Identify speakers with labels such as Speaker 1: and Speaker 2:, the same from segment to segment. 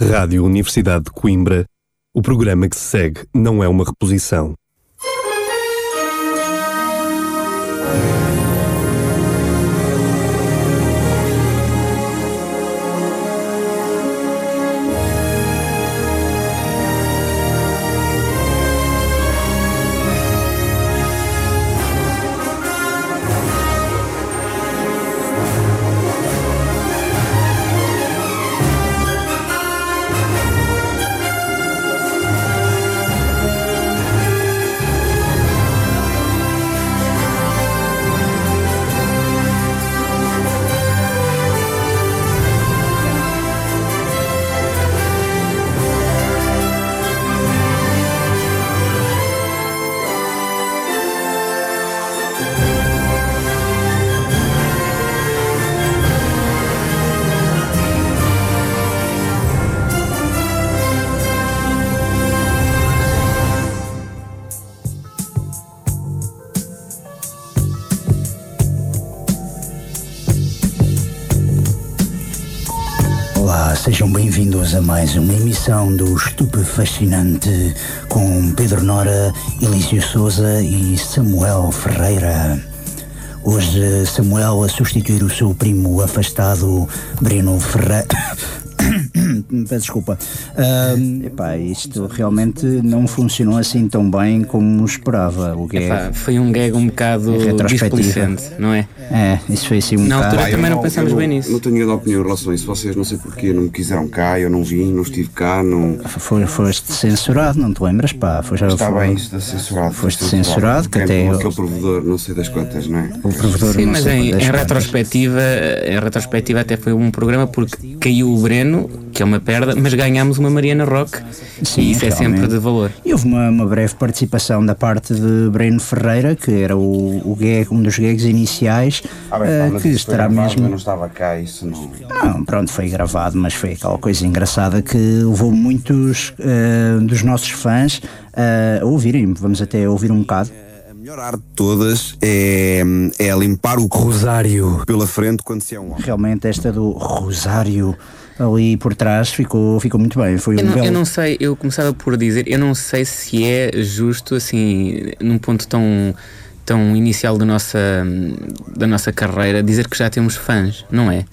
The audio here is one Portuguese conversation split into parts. Speaker 1: Rádio Universidade de Coimbra, o programa que se segue não é uma reposição.
Speaker 2: Olá, sejam bem-vindos a mais uma emissão do Estupe Fascinante com Pedro Nora, Elísio Souza e Samuel Ferreira. Hoje, Samuel a substituir o seu primo afastado, Breno Ferreira. Peço desculpa. Ahm, epá, isto realmente não funcionou assim tão bem como esperava. O que é.
Speaker 3: Pá, foi um gag um bocado
Speaker 2: Em retrospectiva.
Speaker 3: displicente, não é?
Speaker 2: É, isso foi assim um
Speaker 3: Na
Speaker 2: bocado.
Speaker 3: altura também não,
Speaker 4: eu
Speaker 3: pensámos
Speaker 4: eu
Speaker 3: bem nisso.
Speaker 4: Não tenho grande opinião em relação a isso. Vocês não sei porquê, não me quiseram cá, eu não vim, não estive cá, não.
Speaker 2: Foi- Foste censurado, não te lembras? Pá, foi já
Speaker 4: Está
Speaker 2: foi-
Speaker 4: bem isso da censurado.
Speaker 2: Foste
Speaker 4: foi
Speaker 2: censurado, que
Speaker 4: Quem-
Speaker 2: até eu- Ah,
Speaker 4: Aquele provedor, não sei das quantas, não é?
Speaker 2: O provedor
Speaker 3: Sim,
Speaker 2: não
Speaker 3: mas
Speaker 2: sei
Speaker 3: em,
Speaker 2: quantas
Speaker 3: em
Speaker 2: contas.
Speaker 3: retrospectiva, em retrospectiva até foi um programa porque caiu o Breno, que é uma perda, mas ganhámos uma Mariana Rock
Speaker 2: Sim,
Speaker 3: e isso é
Speaker 2: realmente.
Speaker 3: sempre de valor.
Speaker 2: E houve uma, uma breve participação da parte de Breno Ferreira, que era o, o gag, um dos gags iniciais,
Speaker 4: Ah, bem,
Speaker 2: eh,
Speaker 4: pá, mas
Speaker 2: que
Speaker 4: isso foi
Speaker 2: estará
Speaker 4: gravado, Eu
Speaker 2: mesmo.
Speaker 4: não estava cá, isso não.
Speaker 2: Não, pronto, foi gravado, mas foi aquela coisa engraçada que levou muitos eh, dos nossos fãs eh, a ouvirem. Vamos até ouvir um bocado.
Speaker 5: A melhor arte de todas é, é limpar o rosário pela frente quando se é um homem.
Speaker 2: Realmente, esta do Rosário ali por trás ficou, ficou muito bem. Foi um
Speaker 3: Eu não,
Speaker 2: belo.
Speaker 3: eu não sei, eu começava por dizer, eu não sei se é justo, assim, num ponto tão, tão inicial da nossa, da nossa carreira, dizer que já temos fãs, não é?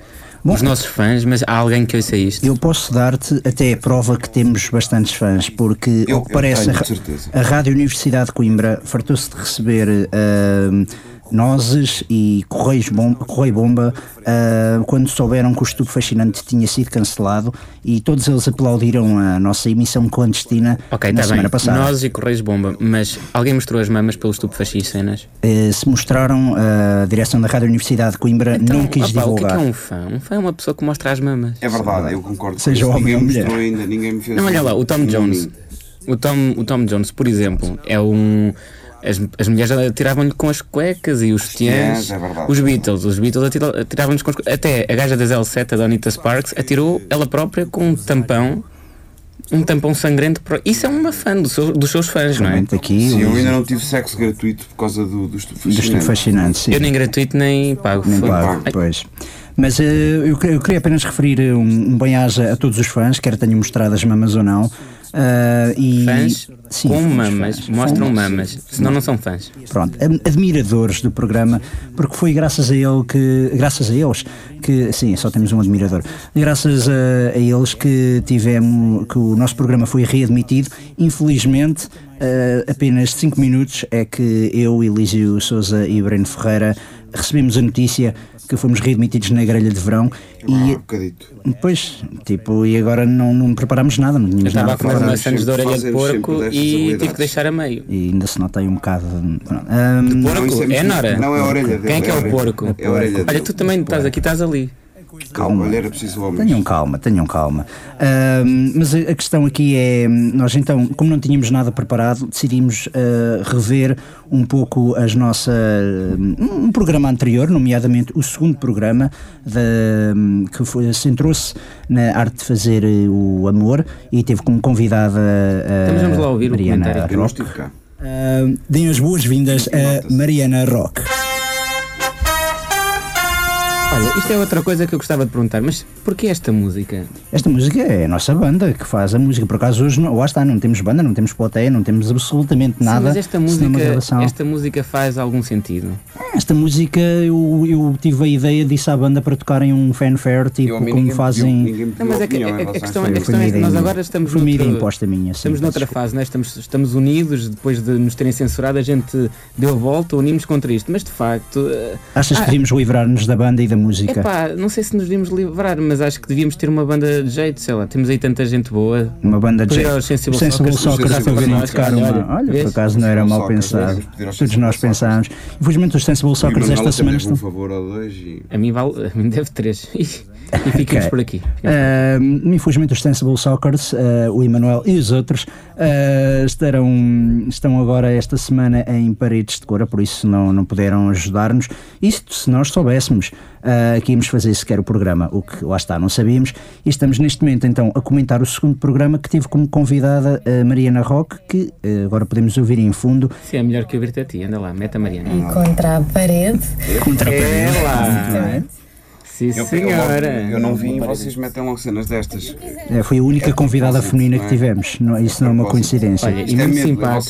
Speaker 2: Bom,
Speaker 3: Os nossos fãs, mas há alguém que ouça isto.
Speaker 2: Eu posso dar-te até a prova que temos bastantes fãs, porque,
Speaker 4: Eu-
Speaker 2: ao que
Speaker 4: eu
Speaker 2: parece,
Speaker 4: tenho,
Speaker 2: a, ra-
Speaker 4: de certeza.
Speaker 2: a Rádio Universidade de Coimbra fartou-se de receber ahm, nozes e correios bom, correio bomba ahm, quando souberam que o Estudo Fascinante tinha sido cancelado e todos eles aplaudiram a nossa emissão clandestina
Speaker 3: Ok,
Speaker 2: na
Speaker 3: está
Speaker 2: semana
Speaker 3: bem.
Speaker 2: passada.
Speaker 3: Nós e Correios Bomba, mas alguém mostrou as mamas pelo estupo fascista cenas?
Speaker 2: Eh, se mostraram ah, a direção da Rádio Universidade de Coimbra, não quis
Speaker 3: opa, O que é, que
Speaker 2: divulgar.
Speaker 3: é um fã? Um fã é uma pessoa que mostra as mamas.
Speaker 4: É verdade, eu concordo. com
Speaker 2: Seja
Speaker 4: isso.
Speaker 2: homem
Speaker 4: ninguém
Speaker 2: ou
Speaker 4: me
Speaker 2: mulher.
Speaker 4: mostrou ainda, ninguém me fez.
Speaker 3: Não, olha lá, o Tom
Speaker 4: Hum,
Speaker 3: Jones. O Tom, o Tom Jones, por exemplo, é um. As, as mulheres atiravam-lhe com as cuecas e os tiãs.
Speaker 4: tiãs, é verdade.
Speaker 3: os Beatles, os Beatles atira- atiravam-nos com as cuecas. Até a gaja das L7, a Donita Sparks, atirou ela própria com um tampão. Um tampão sangrento. pro- Isso é uma fã do seu- dos seus fãs, não é?
Speaker 2: Realmente aqui, um
Speaker 4: Sim, eu
Speaker 2: o
Speaker 4: ainda não tive sexo gratuito por causa do, do estudo
Speaker 2: do Estudo
Speaker 4: fascinante.
Speaker 2: Fascinante. sim.
Speaker 3: Eu nem gratuito nem pago.
Speaker 2: Nem
Speaker 3: Foi-
Speaker 2: pago,
Speaker 3: Ai,
Speaker 2: pois. Mas eh, eu, que- eu queria apenas referir eh, um, um bem-aja a todos os fãs, quer tenham mostrado as mamas ou não. ah, e,
Speaker 3: Fãs
Speaker 2: Sim,
Speaker 3: com
Speaker 2: fãs,
Speaker 3: mamas,
Speaker 2: fãs.
Speaker 3: mostram
Speaker 2: Fãs.
Speaker 3: mamas, senão não são fãs.
Speaker 2: Pronto, ad- admiradores do programa, porque foi graças a ele que, graças a eles, que sim, só temos um admirador. Graças a, a eles que tivemos, que o nosso programa foi readmitido. Infelizmente, eh, apenas 5 minutos é que eu, Elísio Souza e Breno Ferreira recebemos a notícia que fomos readmitidos na grelha de verão
Speaker 4: Ah, um
Speaker 2: e
Speaker 4: bocadito.
Speaker 2: depois, tipo, e agora não, não preparámos nada, não
Speaker 3: Eu
Speaker 2: tínhamos
Speaker 3: estava
Speaker 2: nada
Speaker 3: a comer
Speaker 4: fazemos
Speaker 2: preparado.
Speaker 3: maçãs de
Speaker 4: sempre-
Speaker 3: orelha de
Speaker 4: fazemos sempre
Speaker 3: porco
Speaker 4: destas
Speaker 3: e tive
Speaker 4: habilidades.
Speaker 3: que deixar a meio.
Speaker 2: E ainda se nota aí um bocado. pronto. ah, Ahm,
Speaker 4: Não, isso
Speaker 3: Porco?
Speaker 4: é
Speaker 3: É Nora?
Speaker 4: não, é a orelha dele,
Speaker 3: Quem é que é
Speaker 4: é a
Speaker 3: o
Speaker 4: orelha.
Speaker 3: porco?
Speaker 4: É a orelha
Speaker 3: Olha,
Speaker 4: dele.
Speaker 3: tu também um estás aqui, estás ali.
Speaker 4: Calma, olha, era preciso homens.
Speaker 2: Tenham calma, tenham calma. Ahm, mas a, a questão aqui é: hum, nós então, como não tínhamos nada preparado, decidimos ah, rever um pouco as nossas. Um, um programa anterior, nomeadamente o segundo programa, da, hum, que foi- centrou-se na arte de fazer eh, o amor e teve como convidada a
Speaker 3: Então vamos lá ouvir o
Speaker 2: Mariana
Speaker 3: comentário.
Speaker 4: Eu não
Speaker 2: Roque.
Speaker 4: estive cá.
Speaker 2: Ahm, deem as boas-vindas a Mariana Rock.
Speaker 3: Olha, isto é outra coisa que eu gostava de perguntar, mas porquê esta música?
Speaker 2: Esta música é a nossa banda que faz a música. Por acaso hoje, não, lá está, não temos banda, não temos plateia, não temos absolutamente nada.
Speaker 3: Sim, mas esta
Speaker 2: senão uma gravação.
Speaker 3: música, esta música faz algum sentido.
Speaker 2: Esta música eu, eu tive a ideia disso à banda para tocar em um fanfare, tipo
Speaker 4: Eu, a
Speaker 2: como
Speaker 4: mim, ninguém me pediu-
Speaker 2: fazem.
Speaker 4: ninguém me pediu
Speaker 3: Não, mas a,
Speaker 4: opinião em
Speaker 3: a- a- a
Speaker 4: relação a
Speaker 3: questão, a
Speaker 4: isto.
Speaker 2: Foi
Speaker 3: questão
Speaker 2: uma
Speaker 3: é que
Speaker 2: ideia
Speaker 3: nós
Speaker 2: minha.
Speaker 3: agora estamos
Speaker 2: Foi uma ideia
Speaker 3: noutro-
Speaker 2: imposta minha, sim,
Speaker 3: estamos noutra
Speaker 2: peço
Speaker 3: fase, né? estamos, estamos unidos, depois de nos terem censurado, a gente deu a volta, unimos contra isto, mas de facto. eh,
Speaker 2: Achas que
Speaker 3: ah,
Speaker 2: devíamos livrar-nos da banda e da música?
Speaker 3: Epá, não sei se nos devíamos livrar, mas acho que devíamos ter uma banda de jeito, sei lá, temos aí tanta gente boa.
Speaker 2: Uma banda de
Speaker 3: Podia
Speaker 2: jeito.
Speaker 3: ao Sensible
Speaker 2: Sem
Speaker 3: Soccer,
Speaker 2: Soccer,
Speaker 4: Sensible
Speaker 2: para virem
Speaker 4: Soccer,
Speaker 2: tocar
Speaker 3: olha,
Speaker 2: uma. Olha,
Speaker 3: vês?
Speaker 2: por acaso não era
Speaker 4: Sensible
Speaker 2: mal
Speaker 4: Soccer,
Speaker 2: pensado.
Speaker 4: podemos pedir ao
Speaker 2: Todos nós
Speaker 4: Sensible Soccer.
Speaker 2: pensámos. Infelizmente, os Sensible
Speaker 4: E o
Speaker 2: Soccer
Speaker 4: Manuel
Speaker 2: esta
Speaker 4: até
Speaker 2: semana
Speaker 4: deve um
Speaker 2: estão.
Speaker 4: favor a dois e.
Speaker 3: A mim, vale, a mim deve três. E, ficamos
Speaker 2: Ok.
Speaker 3: por aqui.
Speaker 2: Ah, infelizmente os Sensible Soccers, ah, o Emanuel e os outros, ah, estarão, estão agora esta semana em paredes de cora, por isso não, não puderam ajudar-nos. Isto se nós soubéssemos ah, que íamos fazer sequer o programa, o que lá está, não sabíamos. E estamos neste momento então a comentar o segundo programa que tive como convidada a Mariana Roque, que ah, agora podemos ouvir em fundo.
Speaker 3: Sim, é melhor que ouvir-te a ti, anda lá, meta a Mariana.
Speaker 6: E contra a parede.
Speaker 2: Contra a parede.
Speaker 3: É lá!
Speaker 6: Exatamente.
Speaker 2: Ah.
Speaker 3: Sim,
Speaker 4: Eu,
Speaker 3: senhora!
Speaker 4: eu, eu não vim, vocês metem logo cenas destas.
Speaker 2: É, foi a única convidada feminina que tivemos, não, isso não é uma coincidência.
Speaker 3: Olha, e
Speaker 4: Isto é
Speaker 3: muito
Speaker 4: medo, vocês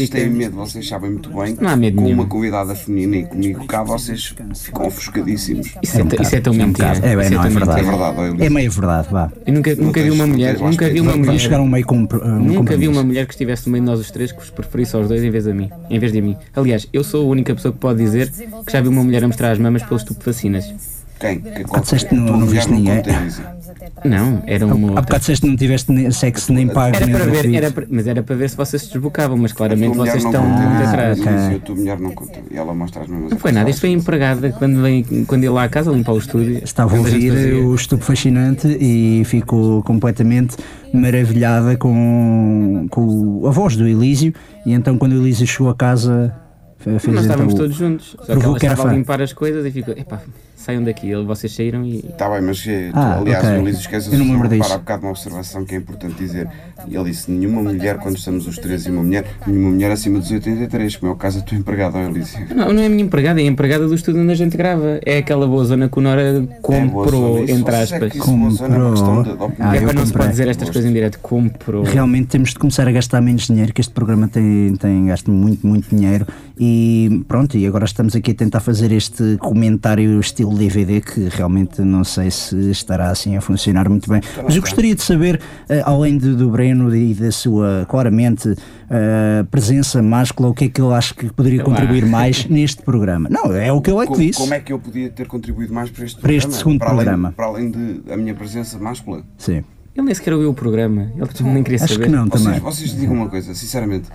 Speaker 3: simpática.
Speaker 4: têm medo, vocês sabem muito bem.
Speaker 3: Não há medo
Speaker 4: Com
Speaker 3: nenhum.
Speaker 4: uma convidada feminina e comigo cá, vocês ficam ofuscadíssimos.
Speaker 3: Isso é,
Speaker 2: um
Speaker 3: t- isso é tão
Speaker 2: bocado,
Speaker 3: mentira.
Speaker 2: um bocado. É, bem,
Speaker 3: isso
Speaker 2: não é
Speaker 3: tão
Speaker 2: verdade.
Speaker 4: É
Speaker 3: mentira.
Speaker 4: verdade, ó, Elisa.
Speaker 2: É meio verdade, vá.
Speaker 3: Eu nunca, nunca vi
Speaker 4: tens-
Speaker 3: uma
Speaker 4: não
Speaker 3: mulher,
Speaker 4: tens lá
Speaker 3: nunca vi uma
Speaker 4: respeito. Vamos
Speaker 2: Vamos
Speaker 3: mulher.
Speaker 2: chegar a um meio compro, um
Speaker 3: Nunca vi
Speaker 2: compromisso.
Speaker 3: uma mulher que estivesse no meio de nós os três que vos preferisse aos dois em vez de a mim, em vez de a mim. Aliás, eu sou a única pessoa que pode dizer que já vi uma mulher a mostrar as mamas pelos tupefacinas.
Speaker 4: Quem? Que é qual-
Speaker 2: disseste que não-
Speaker 4: Tua
Speaker 2: não
Speaker 4: mulher
Speaker 2: viste ninguém.
Speaker 4: conta, Elisa.
Speaker 3: Não, era um uma
Speaker 2: Há
Speaker 3: outra.
Speaker 2: bocado disseste que não tiveste nem sexo nem pago
Speaker 3: Era
Speaker 2: nem
Speaker 3: para ver,
Speaker 2: gratuito.
Speaker 3: era para- mas era para ver se vocês se desbocavam, mas
Speaker 4: A tua
Speaker 3: claramente
Speaker 4: mulher
Speaker 3: vocês
Speaker 4: não
Speaker 3: estão
Speaker 4: conta,
Speaker 3: muito
Speaker 4: Elisa,
Speaker 3: atrás.
Speaker 2: é?
Speaker 4: Elisa, e a tua mulher não conta. E ela assim. mostra as mesmas.
Speaker 3: Não foi nada, isto foi a empregada quando, vem, quando ia lá à casa limpar o estúdio.
Speaker 2: Estava a eh,
Speaker 3: quando gente
Speaker 2: ouvir
Speaker 3: fazia-
Speaker 2: o Estupo Fascinante e ficou completamente maravilhada com, com a voz do Elísio. E então, quando o Elísio chegou a casa, fe- fez
Speaker 3: Nós
Speaker 2: então.
Speaker 3: estávamos
Speaker 2: o-
Speaker 3: todos juntos, só que
Speaker 2: Provou
Speaker 3: ela
Speaker 2: que era
Speaker 3: estava a
Speaker 2: fã.
Speaker 3: limpar as coisas e ficou, epá, saiam daqui, Ele- vocês saíram e
Speaker 4: Está bem, mas eh, tu,
Speaker 2: Ah,
Speaker 4: aliás,
Speaker 2: ok.
Speaker 4: o Luís esquece
Speaker 2: Eu não me lembro disso.
Speaker 4: Para há um bocado uma observação que é importante dizer. E Ele disse: nenhuma mulher, quando estamos os três e uma mulher, nenhuma mulher acima dos 83, como é o caso da tua empregada, ó, Elise.
Speaker 3: Não, não é a minha empregada, é a empregada do estúdio onde a gente grava. É aquela boa zona que o Nora
Speaker 4: É boa
Speaker 3: comprou,
Speaker 4: zona, isso,
Speaker 3: entre
Speaker 4: vocês é que
Speaker 3: aspas.
Speaker 4: isso é uma zona, é uma questão de- de opinião.
Speaker 2: Ah,
Speaker 3: é
Speaker 2: eu
Speaker 3: para não se
Speaker 2: comprei.
Speaker 3: pode dizer estas coisas em direto. Comprou.
Speaker 2: Realmente temos de começar a gastar menos dinheiro, que este programa tem, tem gasto muito, muito dinheiro. E pronto, e agora estamos aqui a tentar fazer este comentário estilo DVD, que realmente não sei se estará assim a funcionar muito bem. Mas eu gostaria de saber, eh, além de- do Breno e da sua, claramente, eh, presença máscula, o que é que eu acho que poderia contribuir mais neste programa? Não, é o que eu é que
Speaker 4: Como,
Speaker 2: disse.
Speaker 4: como é que eu podia ter contribuído mais para este
Speaker 2: Para este
Speaker 4: programa?
Speaker 2: segundo
Speaker 4: para além,
Speaker 2: programa.
Speaker 4: Para além de- da minha presença máscula.
Speaker 2: Sim,
Speaker 3: Ele nem sequer ouviu o programa. Ele nem queria
Speaker 2: acho
Speaker 3: saber.
Speaker 2: que não
Speaker 4: Vocês,
Speaker 2: também.
Speaker 4: vocês digam uma coisa, sinceramente.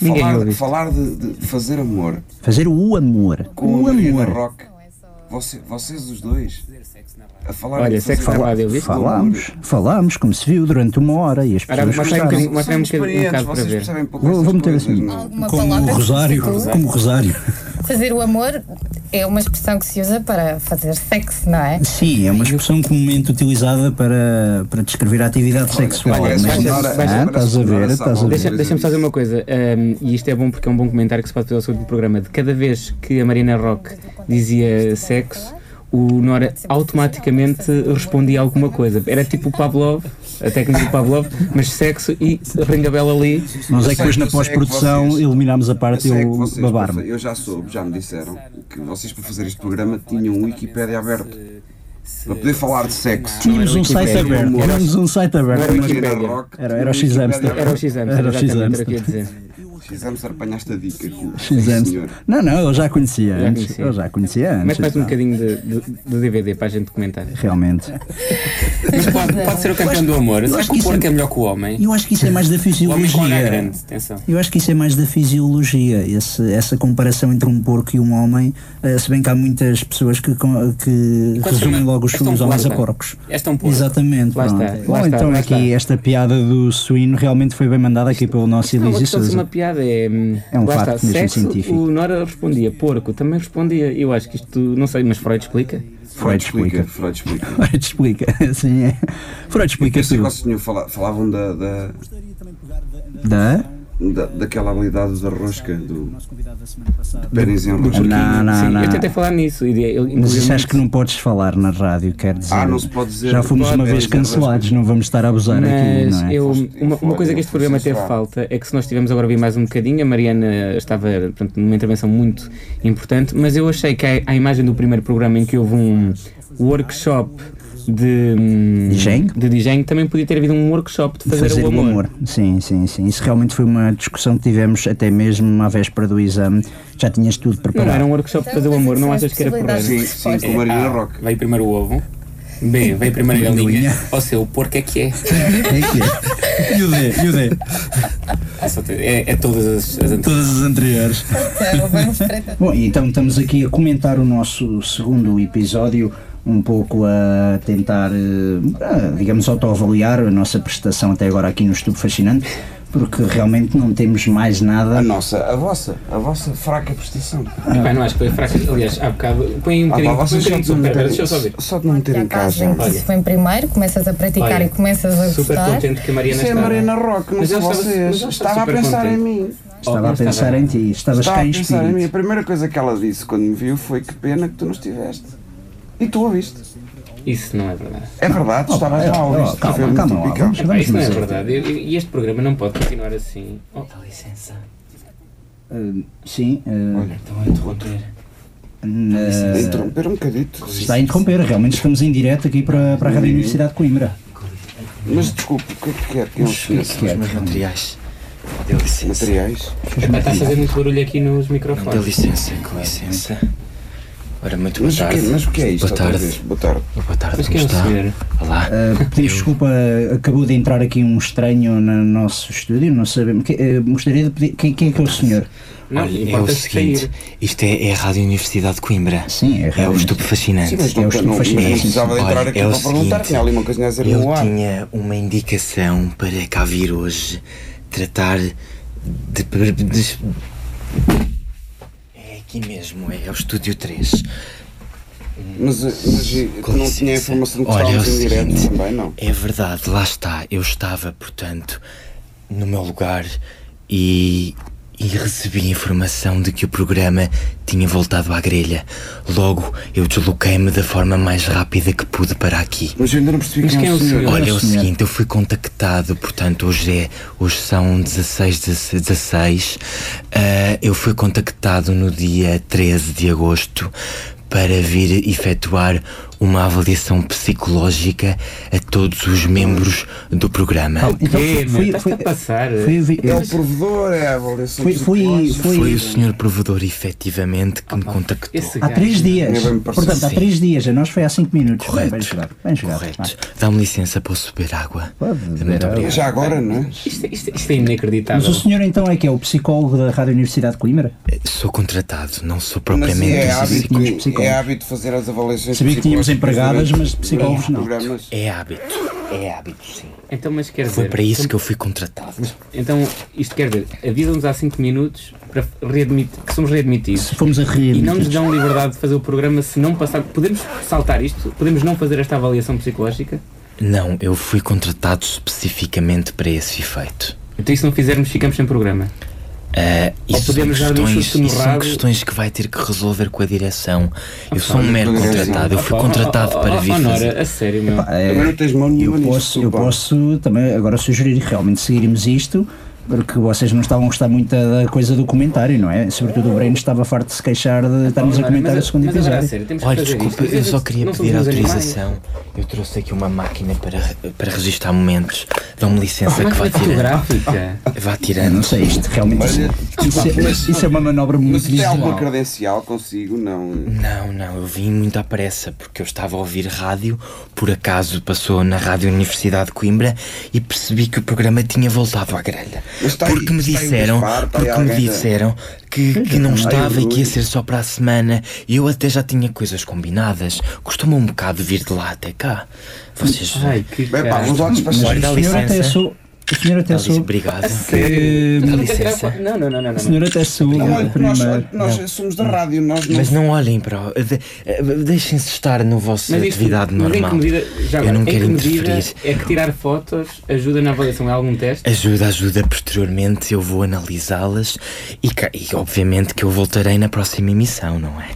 Speaker 3: Ninguém
Speaker 4: Falar,
Speaker 3: ouve isto.
Speaker 4: falar de, de fazer amor
Speaker 2: Fazer o amor.
Speaker 4: com
Speaker 2: o
Speaker 4: a Mariana
Speaker 2: amor.
Speaker 4: Rock, você- vocês os dois, a falar
Speaker 3: Olha,
Speaker 4: de
Speaker 3: sexo
Speaker 4: fazer
Speaker 3: na
Speaker 4: amor.
Speaker 3: rádio, viste?
Speaker 2: Falámos, falámos, como se viu, durante uma hora e as
Speaker 3: Ora,
Speaker 2: pessoas
Speaker 3: mostra aí
Speaker 2: gostaram.
Speaker 3: um bocadinho- mostra aí um bocadinho- um bocado para
Speaker 4: vocês
Speaker 3: ver.
Speaker 4: percebem poucas
Speaker 2: Vou, vou meter
Speaker 4: coisas,
Speaker 2: assim.
Speaker 4: não-
Speaker 6: Alguma
Speaker 2: Como o
Speaker 6: palavra que
Speaker 2: Rosário.
Speaker 6: substitua?
Speaker 2: Como o Rosário.
Speaker 6: Fazer o amor é uma expressão que se usa para fazer sexo, não é?
Speaker 2: Sim, é uma expressão comumente utilizada para, para descrever a atividade sexual.
Speaker 4: parece
Speaker 2: Mas,
Speaker 4: que
Speaker 3: agora-
Speaker 2: ah,
Speaker 3: parece que
Speaker 2: estás a ver,
Speaker 4: agora
Speaker 2: estás a
Speaker 4: sabe.
Speaker 3: Deixa-
Speaker 2: ver.
Speaker 4: Pois é
Speaker 3: Deixa-me só
Speaker 4: isso.
Speaker 3: fazer uma coisa, hum, e isto é bom porque é um bom comentário que se pode fazer ao segundo programa. De cada vez que a Marina Rock dizia sexo, o Nora automaticamente respondia alguma coisa. Era tipo o Pavlov, a técnica do Pavlov, mas sexo e Ringabel ali.
Speaker 2: Nós é que
Speaker 4: sei-
Speaker 2: depois na
Speaker 4: eu sei é que
Speaker 2: pós-produção
Speaker 4: vocês-
Speaker 2: eliminámos a parte
Speaker 4: sei
Speaker 2: de
Speaker 4: que
Speaker 2: eu
Speaker 4: vocês,
Speaker 2: babar-me.
Speaker 4: Eu já soube, já me disseram que vocês para fazer este programa tinham um Wikipédia aberto para poder falar de sexo.
Speaker 2: Tínhamos um
Speaker 3: Wikipédia,
Speaker 2: site
Speaker 3: era
Speaker 2: aberto.
Speaker 3: o-
Speaker 2: Tínhamos um site aberto.
Speaker 3: era o
Speaker 2: mas-
Speaker 3: Wikipédia.
Speaker 2: Era- era o X-Hamster.
Speaker 3: Era o X-Ames,
Speaker 2: Era o
Speaker 3: exatamente, era o que eu ia
Speaker 2: X-Hamster.
Speaker 3: dizer.
Speaker 4: X-Ames apanhaste a dica. que-
Speaker 2: Fizemos.
Speaker 4: senhor.
Speaker 2: Não, não, eu já conhecia
Speaker 3: Já
Speaker 2: antes.
Speaker 3: conhecia.
Speaker 2: Eu já conhecia antes.
Speaker 3: Mas mais um
Speaker 2: então,
Speaker 3: bocadinho de, de, de DVD para a gente comentar.
Speaker 2: Realmente.
Speaker 7: Mas pode, pode ser o campeão do amor.
Speaker 2: eu
Speaker 7: Será
Speaker 2: acho
Speaker 7: que
Speaker 2: que
Speaker 7: o
Speaker 2: isso
Speaker 7: porco
Speaker 2: é-
Speaker 7: é melhor que o homem?
Speaker 2: Eu acho que isso é mais da
Speaker 7: O homem com H
Speaker 2: fisiologia.
Speaker 7: grande, atenção.
Speaker 2: Eu acho que isso é mais da fisiologia, esse- essa comparação entre um porco e um homem, eh, se bem que há muitas pessoas que, com- que
Speaker 7: Quando
Speaker 2: resumem
Speaker 7: chama-
Speaker 2: logo os,
Speaker 7: és tão
Speaker 3: é um
Speaker 2: os homens a
Speaker 7: porco.
Speaker 2: porcos.
Speaker 7: És tão é um porco.
Speaker 2: Exatamente,
Speaker 3: Lá
Speaker 2: pronto.
Speaker 3: está, lá
Speaker 2: Bom,
Speaker 3: está,
Speaker 2: então
Speaker 3: lá
Speaker 2: aqui
Speaker 3: está.
Speaker 2: esta piada do suíno realmente foi bem mandada aqui pelo nosso
Speaker 3: Não,
Speaker 2: Elísio
Speaker 3: mas não é uma
Speaker 2: Souza.
Speaker 3: piada, é. hum,
Speaker 2: É um
Speaker 3: lá
Speaker 2: facto
Speaker 3: está,
Speaker 2: mesmo
Speaker 3: sexo,
Speaker 2: científico.
Speaker 3: O Nora respondia porco, também respondia. Eu acho que isto, não sei, mas Freud explica.
Speaker 4: Freud explica.
Speaker 2: explica.
Speaker 4: Freud explica.
Speaker 2: Freud explica, assim é. Freud explica
Speaker 4: Eu sei que
Speaker 2: tudo.
Speaker 4: vocês tinham fala- falavam da, da,
Speaker 2: Da?
Speaker 4: da, daquela habilidade da rosca, do
Speaker 8: Nosso convidado da semana passada.
Speaker 4: pênis em rosca.
Speaker 2: Não, não,
Speaker 3: Sim,
Speaker 2: não.
Speaker 3: eu tentei falar nisso. e eu-
Speaker 2: Mas isso
Speaker 3: inclusive-
Speaker 2: acho que não podes falar na rádio, quer dizer.
Speaker 4: Ah, não se pode dizer.
Speaker 2: Já fomos
Speaker 4: Pode,
Speaker 2: uma
Speaker 4: é,
Speaker 2: vez
Speaker 4: é,
Speaker 2: cancelados, não vamos estar a abusar aqui,
Speaker 3: Mas
Speaker 2: não é?
Speaker 3: eu,
Speaker 4: Foste-
Speaker 3: uma, uma
Speaker 4: foi-
Speaker 3: coisa que este
Speaker 4: foi
Speaker 3: programa teve
Speaker 4: censurado.
Speaker 3: falta é que se nós tivemos agora a ouvir mais um bocadinho, a Mariana estava portanto, numa intervenção muito importante, mas eu achei que a, a imagem do primeiro programa em que houve um workshop de hum,
Speaker 2: Desenho?
Speaker 3: de desenho também podia ter havido um workshop de
Speaker 2: De
Speaker 3: fazer, o amor.
Speaker 2: Sim, sim, sim. Isso realmente foi uma discussão que tivemos até mesmo à véspera do exame. Já tinhas tudo
Speaker 3: Não
Speaker 2: preparado.
Speaker 3: era um workshop de fazer o amor, não achas que
Speaker 6: Então,
Speaker 3: era porreiro?
Speaker 4: Sim, sim, com a Marina Rock.
Speaker 9: É, ah, Veio primeiro o ovo. B, veio primeiro a galinha. Ou seja, o porco é que é.
Speaker 8: É que é? E o D, e o D.
Speaker 9: É, só ter- é, é todas as, as anteriores.
Speaker 8: Todas as anteriores.
Speaker 6: Então, vamos para-
Speaker 2: Bom, e então estamos aqui a comentar o nosso segundo episódio, um pouco a tentar, eh, ah, digamos, autoavaliar a nossa prestação até agora aqui no Estudo Fascinante, porque realmente não temos mais
Speaker 4: A
Speaker 2: nada.
Speaker 4: nossa, a vossa, a vossa fraca prestação.
Speaker 9: Epá, não acho que foi fraca. Aliás, há bocado. Põe um bocadinho.
Speaker 4: Ah, pá,
Speaker 9: põe um
Speaker 4: vocês
Speaker 9: bocadinho de
Speaker 4: só de não
Speaker 9: sopa. Espera,
Speaker 4: meterem-
Speaker 9: Deixa eu só ver.
Speaker 4: só de não meterem
Speaker 6: Há
Speaker 4: em
Speaker 6: casos
Speaker 4: casa.
Speaker 6: em que se vem primeiro, começas a praticar
Speaker 9: Olha,
Speaker 6: e começas a
Speaker 9: Super
Speaker 6: gostar.
Speaker 9: contente que a Mariana
Speaker 4: Isso é
Speaker 9: está.
Speaker 4: Marina Rock, não
Speaker 9: Mas
Speaker 4: são
Speaker 9: ela estava- mas
Speaker 4: vocês.
Speaker 9: ela estava
Speaker 4: Estava a
Speaker 9: super
Speaker 4: pensar em
Speaker 9: contente.
Speaker 4: mim.
Speaker 2: Estava a pensar em ti, estavas
Speaker 4: Estava
Speaker 2: cá
Speaker 4: a
Speaker 2: em
Speaker 4: pensar em mim. A
Speaker 2: espírito.
Speaker 4: primeira coisa que ela disse quando me viu foi que pena que tu não estiveste. E tu ouviste.
Speaker 9: Isso não é verdade.
Speaker 4: É verdade, tu estavas lá,
Speaker 2: oh,
Speaker 4: ouviste.
Speaker 2: calma,
Speaker 4: Foi muito
Speaker 2: calma lá,
Speaker 4: picante.
Speaker 2: vamos-
Speaker 9: Epá, isso não é
Speaker 2: mas-
Speaker 9: verdade. Eu- eu- E este programa não pode continuar assim. Oh, dá licença.
Speaker 2: Eh, sim, eh,
Speaker 4: Olha,
Speaker 9: Estão a interromper.
Speaker 2: na-
Speaker 4: Interromper um bocadito.
Speaker 2: se está a interromper, realmente estamos em direto aqui para, para a Rádio Universidade de Coimbra.
Speaker 4: Mas desculpe, o que é que é que um eu esqueço?
Speaker 2: Que é,
Speaker 10: materiais. Dê licença.
Speaker 4: Materiais?
Speaker 9: Epá, Está a fazer muito barulho aqui nos
Speaker 10: Não, então dê
Speaker 9: microfones.
Speaker 10: licença, com licença. Ora, muito boa
Speaker 4: Mas o
Speaker 10: tarde.
Speaker 4: que, mas o que é isto?
Speaker 10: Boa
Speaker 4: outra vez?
Speaker 10: tarde.
Speaker 4: Boa tarde.
Speaker 10: Boa tarde,
Speaker 9: Mas
Speaker 10: como
Speaker 9: quem é o
Speaker 10: está?
Speaker 9: senhor?
Speaker 10: Olá.
Speaker 2: Uh, pedimos desculpa, acabou de entrar aqui um estranho no nosso estúdio, não sabemos. Que, uh, gostaria de pedir. Quem, quem é que é o senhor?
Speaker 9: Não,
Speaker 10: Olha, é o
Speaker 9: importa-se
Speaker 10: seguinte,
Speaker 9: sair.
Speaker 10: isto é, é a Rádio Universidade de Coimbra.
Speaker 2: Sim, é
Speaker 10: É o
Speaker 2: realmente.
Speaker 10: estupe fascinante.
Speaker 4: Sim,
Speaker 10: um
Speaker 4: mas não,
Speaker 2: é o
Speaker 4: não, não
Speaker 2: estupefachinante.
Speaker 4: precisava de entrar
Speaker 10: Olha,
Speaker 4: aqui
Speaker 10: é o
Speaker 4: para perguntar,
Speaker 10: seguinte,
Speaker 4: tinha ali uma coisinha a dizer no
Speaker 10: Eu
Speaker 4: ar.
Speaker 10: tinha uma indicação para cá vir hoje tratar de. de- de- É aqui mesmo, é o Estúdio 3.
Speaker 4: Mas, eh, mas
Speaker 10: Com
Speaker 4: não
Speaker 10: licença.
Speaker 4: tinha a informação de que
Speaker 10: Olha, é o
Speaker 4: estávamos em direto
Speaker 10: seguinte,
Speaker 4: também, não?
Speaker 10: É verdade, lá está. Eu estava, portanto, no meu lugar e, e recebi a informação de que o programa tinha voltado à grelha. Logo, eu desloquei-me da forma mais rápida que pude para aqui.
Speaker 4: Mas eu ainda não percebi
Speaker 9: Mas
Speaker 4: quem é o senhor.
Speaker 9: Olha,
Speaker 10: Olha, é o
Speaker 2: senhor.
Speaker 10: seguinte, eu fui contactado, portanto, hoje, é, hoje são 16, 16, 16 ah, eu fui contactado no dia 13 de agosto para vir efetuar uma avaliação psicológica a todos os membros do programa.
Speaker 2: Calma, então
Speaker 9: Quê,
Speaker 2: foi-
Speaker 9: meu?
Speaker 2: foi-
Speaker 9: Estás-te
Speaker 2: foi-
Speaker 9: a passar?
Speaker 2: foi- foi-
Speaker 4: É o provedor, é a avaliação
Speaker 2: Foi- foi-
Speaker 4: psicológica.
Speaker 2: foi-
Speaker 10: Foi o senhor provedor, efetivamente, que me contactou.
Speaker 9: Esse
Speaker 2: há
Speaker 9: gajo.
Speaker 2: três dias.
Speaker 4: Eu bem me pareceu.
Speaker 2: Portanto, há
Speaker 10: Sim.
Speaker 2: três dias, a nós foi há cinco minutos. Bem,
Speaker 10: Correto.
Speaker 2: Bem jogado, bem jogado.
Speaker 10: Correto. Dá-me licença, posso beber água?
Speaker 2: é Pode beber
Speaker 10: Muito
Speaker 2: água.
Speaker 10: obrigado.
Speaker 4: Já agora, não é?
Speaker 9: Isto, isto- isto é
Speaker 2: Mas
Speaker 9: inacreditável.
Speaker 2: o senhor então é que é o psicólogo da Rádio Universidade de Coimbra?
Speaker 10: Sou contratado, não sou
Speaker 4: Mas
Speaker 10: propriamente
Speaker 4: é
Speaker 10: psico-
Speaker 4: hábito,
Speaker 2: tínhamos psicólogos.
Speaker 4: é hábito fazer as avaliações
Speaker 2: Sabia que tínhamos
Speaker 4: psicológicas
Speaker 2: empregadas, mas psicólogos
Speaker 4: durante
Speaker 2: não.
Speaker 4: os programas.
Speaker 10: É hábito, é hábito, sim.
Speaker 3: Então, mas quer
Speaker 10: Foi
Speaker 3: dizer,
Speaker 10: para isso
Speaker 3: então,
Speaker 10: que eu fui contratado.
Speaker 3: então, isto quer dizer, avisam-nos há 5 minutos para readmitir, que somos readmitidos.
Speaker 2: Se fomos a rir.
Speaker 3: E não nos dão liberdade de fazer o programa se não passar. Podemos saltar isto? Podemos não fazer esta avaliação psicológica?
Speaker 10: Não, eu fui contratado especificamente para esse efeito.
Speaker 3: Então, e se não fizermos, ficamos sem programa.
Speaker 10: Ah, isso são,
Speaker 3: podemos dar-lhe um
Speaker 10: questões,
Speaker 3: chute no
Speaker 10: isso são
Speaker 3: rabo.
Speaker 10: questões que vai ter que resolver com a direção.
Speaker 3: Ah,
Speaker 10: Eu sou um
Speaker 4: mas
Speaker 10: mero
Speaker 3: é
Speaker 4: com a
Speaker 3: assim.
Speaker 4: direção.
Speaker 10: contratado, eu fui
Speaker 3: Opa,
Speaker 10: contratado
Speaker 3: oh, oh,
Speaker 10: para
Speaker 3: oh,
Speaker 10: vir
Speaker 3: Honora,
Speaker 10: fazer.
Speaker 3: a sério, meu.
Speaker 4: Também não tens mão nenhuma
Speaker 2: É, Eu
Speaker 4: nisto,
Speaker 2: posso, eu
Speaker 4: pá.
Speaker 2: posso também agora sugerir que realmente seguirmos isto, porque vocês não estavam a gostar muito da da coisa do comentário, não é? Sobretudo o Breno estava farto de se queixar de estarmos a
Speaker 3: Honora,
Speaker 2: comentar
Speaker 3: mas-
Speaker 2: o segundo
Speaker 3: mas agora, a
Speaker 2: episódio.
Speaker 3: sério, temos que
Speaker 10: Olha,
Speaker 3: fazer
Speaker 10: desculpa,
Speaker 3: isto.
Speaker 10: eu só queria
Speaker 3: Não
Speaker 10: pedir
Speaker 3: somos animais.
Speaker 10: autorização. Eu trouxe aqui uma máquina para, para registrar momentos. Dão-me licença
Speaker 3: Como é
Speaker 10: que
Speaker 3: que
Speaker 10: vá
Speaker 3: foi
Speaker 10: tirando.
Speaker 3: fotográfica?
Speaker 2: Eu
Speaker 10: Vá
Speaker 2: Não
Speaker 10: tirando.
Speaker 2: sei, isto realmente isso,
Speaker 4: Olha,
Speaker 2: isso é, isso é uma manobra muito
Speaker 4: mas tem alguma
Speaker 2: visual.
Speaker 4: credencial consigo? Não.
Speaker 10: Não, não, eu vim muito à pressa porque eu estava a ouvir rádio, por acaso passou na Rádio Universidade de Coimbra e percebi que o programa tinha voltado à grelha.
Speaker 4: Mas está aí-
Speaker 10: porque me
Speaker 4: está aí um
Speaker 10: disseram,
Speaker 4: disparo, está aí
Speaker 10: porque me
Speaker 4: alguém a-
Speaker 10: disseram que, que
Speaker 4: está aí
Speaker 10: não
Speaker 4: um
Speaker 10: estava e que ia
Speaker 4: barulho.
Speaker 10: ser só para a semana e eu até já tinha coisas combinadas. Costuma um bocado vir de lá até cá. Vocês.
Speaker 3: Ai, que
Speaker 4: Bem, pá,
Speaker 3: caralho.
Speaker 4: vamos lá
Speaker 2: Mas
Speaker 4: despachar.
Speaker 10: Olha, dá
Speaker 2: o senhor até
Speaker 10: licença.
Speaker 2: sou. A senhora até
Speaker 10: Ela diz
Speaker 2: soube.
Speaker 10: obrigado.
Speaker 2: que-
Speaker 10: Dá licença.
Speaker 3: é Não, não, não, não. não.
Speaker 2: A senhora até soube.
Speaker 4: Olha, nós,
Speaker 2: primeiro.
Speaker 4: nós somos da rádio, nós não.
Speaker 10: Mas não olhem para. o- de- eh, Deixem-se estar na vossa
Speaker 3: Mas isto-
Speaker 10: atividade
Speaker 3: mas
Speaker 10: normal.
Speaker 3: Em que medida, já
Speaker 10: Eu
Speaker 3: agora,
Speaker 10: não
Speaker 3: em
Speaker 10: quero
Speaker 3: que medida
Speaker 10: interferir.
Speaker 3: É que tirar fotos ajuda na avaliação? É algum teste?
Speaker 10: Ajuda, ajuda. Posteriormente eu vou analisá-las e, ca- e obviamente que eu voltarei na próxima emissão, não é?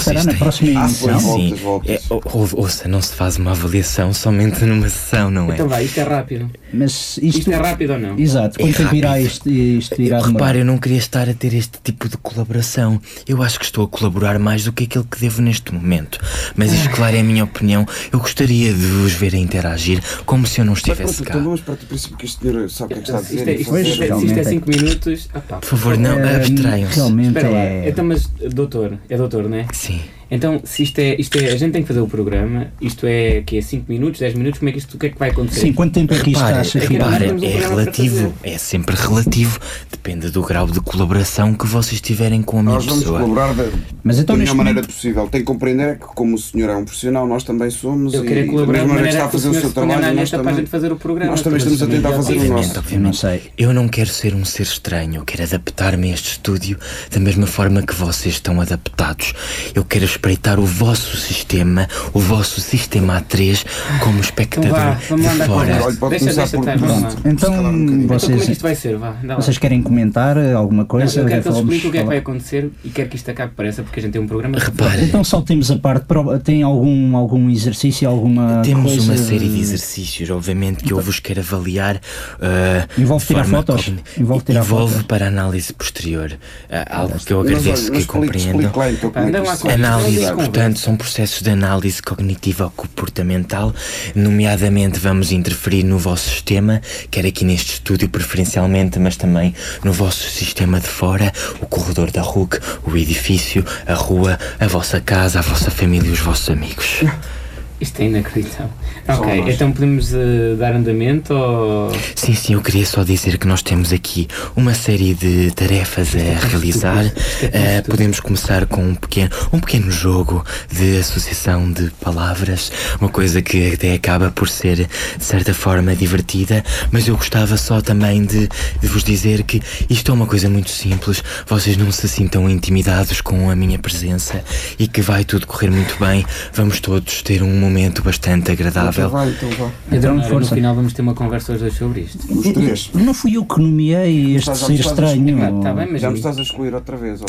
Speaker 11: Será na próxima
Speaker 4: Ah,
Speaker 11: emissão?
Speaker 4: pois,
Speaker 10: Sim,
Speaker 4: voltas, voltas.
Speaker 10: É, ou- ou- ouça, não se faz uma avaliação somente numa sessão, não é?
Speaker 3: Então vai, isto é rápido.
Speaker 2: Mas
Speaker 3: Isto,
Speaker 2: isto.
Speaker 3: é rápido ou não?
Speaker 2: Exato. Quanto
Speaker 10: É
Speaker 2: tempo irá
Speaker 10: rápido.
Speaker 2: isto, isto irá
Speaker 10: Eu,
Speaker 2: demorar?
Speaker 10: repare, eu não queria estar a ter este tipo de colaboração. Eu acho que estou a colaborar mais do que aquilo que devo neste momento. Mas isto, claro, é a minha opinião. Eu gostaria de vos ver a interagir como se eu não
Speaker 4: Mas
Speaker 10: estivesse
Speaker 4: pronto,
Speaker 10: cá.
Speaker 4: então vamos para o princípio que este senhor sabe o que é que está a
Speaker 3: Isto
Speaker 4: dizer.
Speaker 3: é-
Speaker 4: e
Speaker 3: isto é-
Speaker 4: fazer.
Speaker 3: isto é- Se isto é
Speaker 2: realmente.
Speaker 3: 5 minutos. Ah, pá.
Speaker 10: Por favor, não
Speaker 2: Eh,
Speaker 10: abstraiam-se.
Speaker 2: Realmente
Speaker 3: Espera lá.
Speaker 2: é.
Speaker 3: Então, mas, doutor, é doutor, não é?
Speaker 10: Sim.
Speaker 3: Então, se isto é, isto é. A gente tem que fazer o programa. Isto é que é 5 minutos, 10 minutos. Como é que isto. O que é que vai acontecer?
Speaker 2: Sim, quanto tempo é que isto está a
Speaker 10: Repare,
Speaker 2: ser
Speaker 3: que nós
Speaker 10: repare,
Speaker 3: temos um
Speaker 10: é
Speaker 3: programa para
Speaker 10: relativo, é sempre relativo. Depende do grau de colaboração que vocês tiverem com a minha
Speaker 4: Nós vamos
Speaker 10: pessoa.
Speaker 4: colaborar da,
Speaker 2: Mas então
Speaker 4: da
Speaker 2: neste
Speaker 4: melhor maneira
Speaker 2: momento-
Speaker 4: possível. Tem que compreender é que, como o senhor é um profissional, nós também somos.
Speaker 3: Eu
Speaker 4: e
Speaker 3: queria
Speaker 4: da
Speaker 3: colaborar
Speaker 4: mesma
Speaker 3: de maneira
Speaker 4: maneira que está a fazer o seu
Speaker 3: ponha na
Speaker 4: trabalho, nós
Speaker 3: neta para a gente
Speaker 4: também.
Speaker 3: fazer o programa.
Speaker 4: nós também estamos a tentar fazer o
Speaker 10: Obviamente,
Speaker 4: nosso.
Speaker 2: Eu não
Speaker 10: obviamente.
Speaker 2: sei.
Speaker 10: Eu não quero ser um ser estranho, eu quero adaptar-me a este estúdio da mesma forma que vocês estão adaptados. Eu quero espreitar o vosso sistema, o vosso sistema A3, como espectador
Speaker 3: Então vá, vamos
Speaker 10: de
Speaker 3: andar com
Speaker 10: fora.
Speaker 3: Ora,
Speaker 4: Olha, pode
Speaker 3: deixa-
Speaker 4: começar
Speaker 3: deixa
Speaker 4: por
Speaker 3: estar, vamos lá.
Speaker 4: se calar
Speaker 2: Então
Speaker 4: um bocadinho.
Speaker 3: Então, como é que
Speaker 2: vocês,
Speaker 3: isto vai ser? Vá, dá lá.
Speaker 2: vocês querem comentar eh, alguma coisa?
Speaker 3: eu quero que eles
Speaker 2: Vamos
Speaker 3: expliquem o que é que
Speaker 2: falar.
Speaker 3: vai acontecer e quero que isto acabe depressa porque a gente tem um programa.
Speaker 10: Repare,
Speaker 2: Então saltemos a parte. pro- Tem algum, algum exercício, alguma
Speaker 10: Temos
Speaker 2: Ah, coisa?
Speaker 10: uma série de exercícios, obviamente, que eu vos quero avaliar. uh,
Speaker 2: Envolve
Speaker 10: de
Speaker 2: tirar
Speaker 10: forma
Speaker 2: fotos?
Speaker 10: cogni-
Speaker 2: Envolve tirar
Speaker 10: Envolve
Speaker 2: fotos?
Speaker 10: para análise posterior. Uh, algo que eu
Speaker 4: Mas olha,
Speaker 10: agradeço
Speaker 4: mas
Speaker 10: que
Speaker 4: explique-
Speaker 10: compreendam.
Speaker 4: explique lá então como é
Speaker 3: Andam
Speaker 4: que
Speaker 3: lá
Speaker 4: isto
Speaker 3: com
Speaker 4: se
Speaker 3: ela.
Speaker 10: Análise,
Speaker 3: Análise,
Speaker 10: portanto, são processos de análise cognitiva ou comportamental. Nomeadamente, vamos interferir no vosso sistema, quer aqui neste estúdio preferencialmente, mas também no vosso sistema de fora, o corredor da RUC, o edifício, a rua, a vossa casa, a vossa família e os vossos amigos.
Speaker 3: Isto é inacreditável.
Speaker 4: Só
Speaker 3: ok,
Speaker 4: nós.
Speaker 3: então podemos eh, dar andamento ou.
Speaker 10: Sim, sim, eu queria só dizer que nós temos aqui uma série de tarefas a realizar. Eh, podemos começar com um pequeno, um pequeno jogo de associação de palavras, uma coisa que até acaba por ser, de certa forma, divertida, mas eu gostava só também de, de vos dizer que isto é uma coisa muito simples, vocês não se sintam intimidados com a minha presença e que vai tudo correr muito bem. Vamos todos ter um momento bastante agradável.
Speaker 4: Vai, então vá.
Speaker 2: Então,
Speaker 3: Adornara,
Speaker 2: força.
Speaker 3: No final vamos ter uma conversa os dois sobre isto.
Speaker 4: Os três.
Speaker 2: Não fui eu que nomeei este
Speaker 4: Já- já me
Speaker 2: ser
Speaker 4: estás a
Speaker 2: estranho.
Speaker 3: Epá, tá bem, mas.
Speaker 4: Já me estás a excluir outra vez. ó-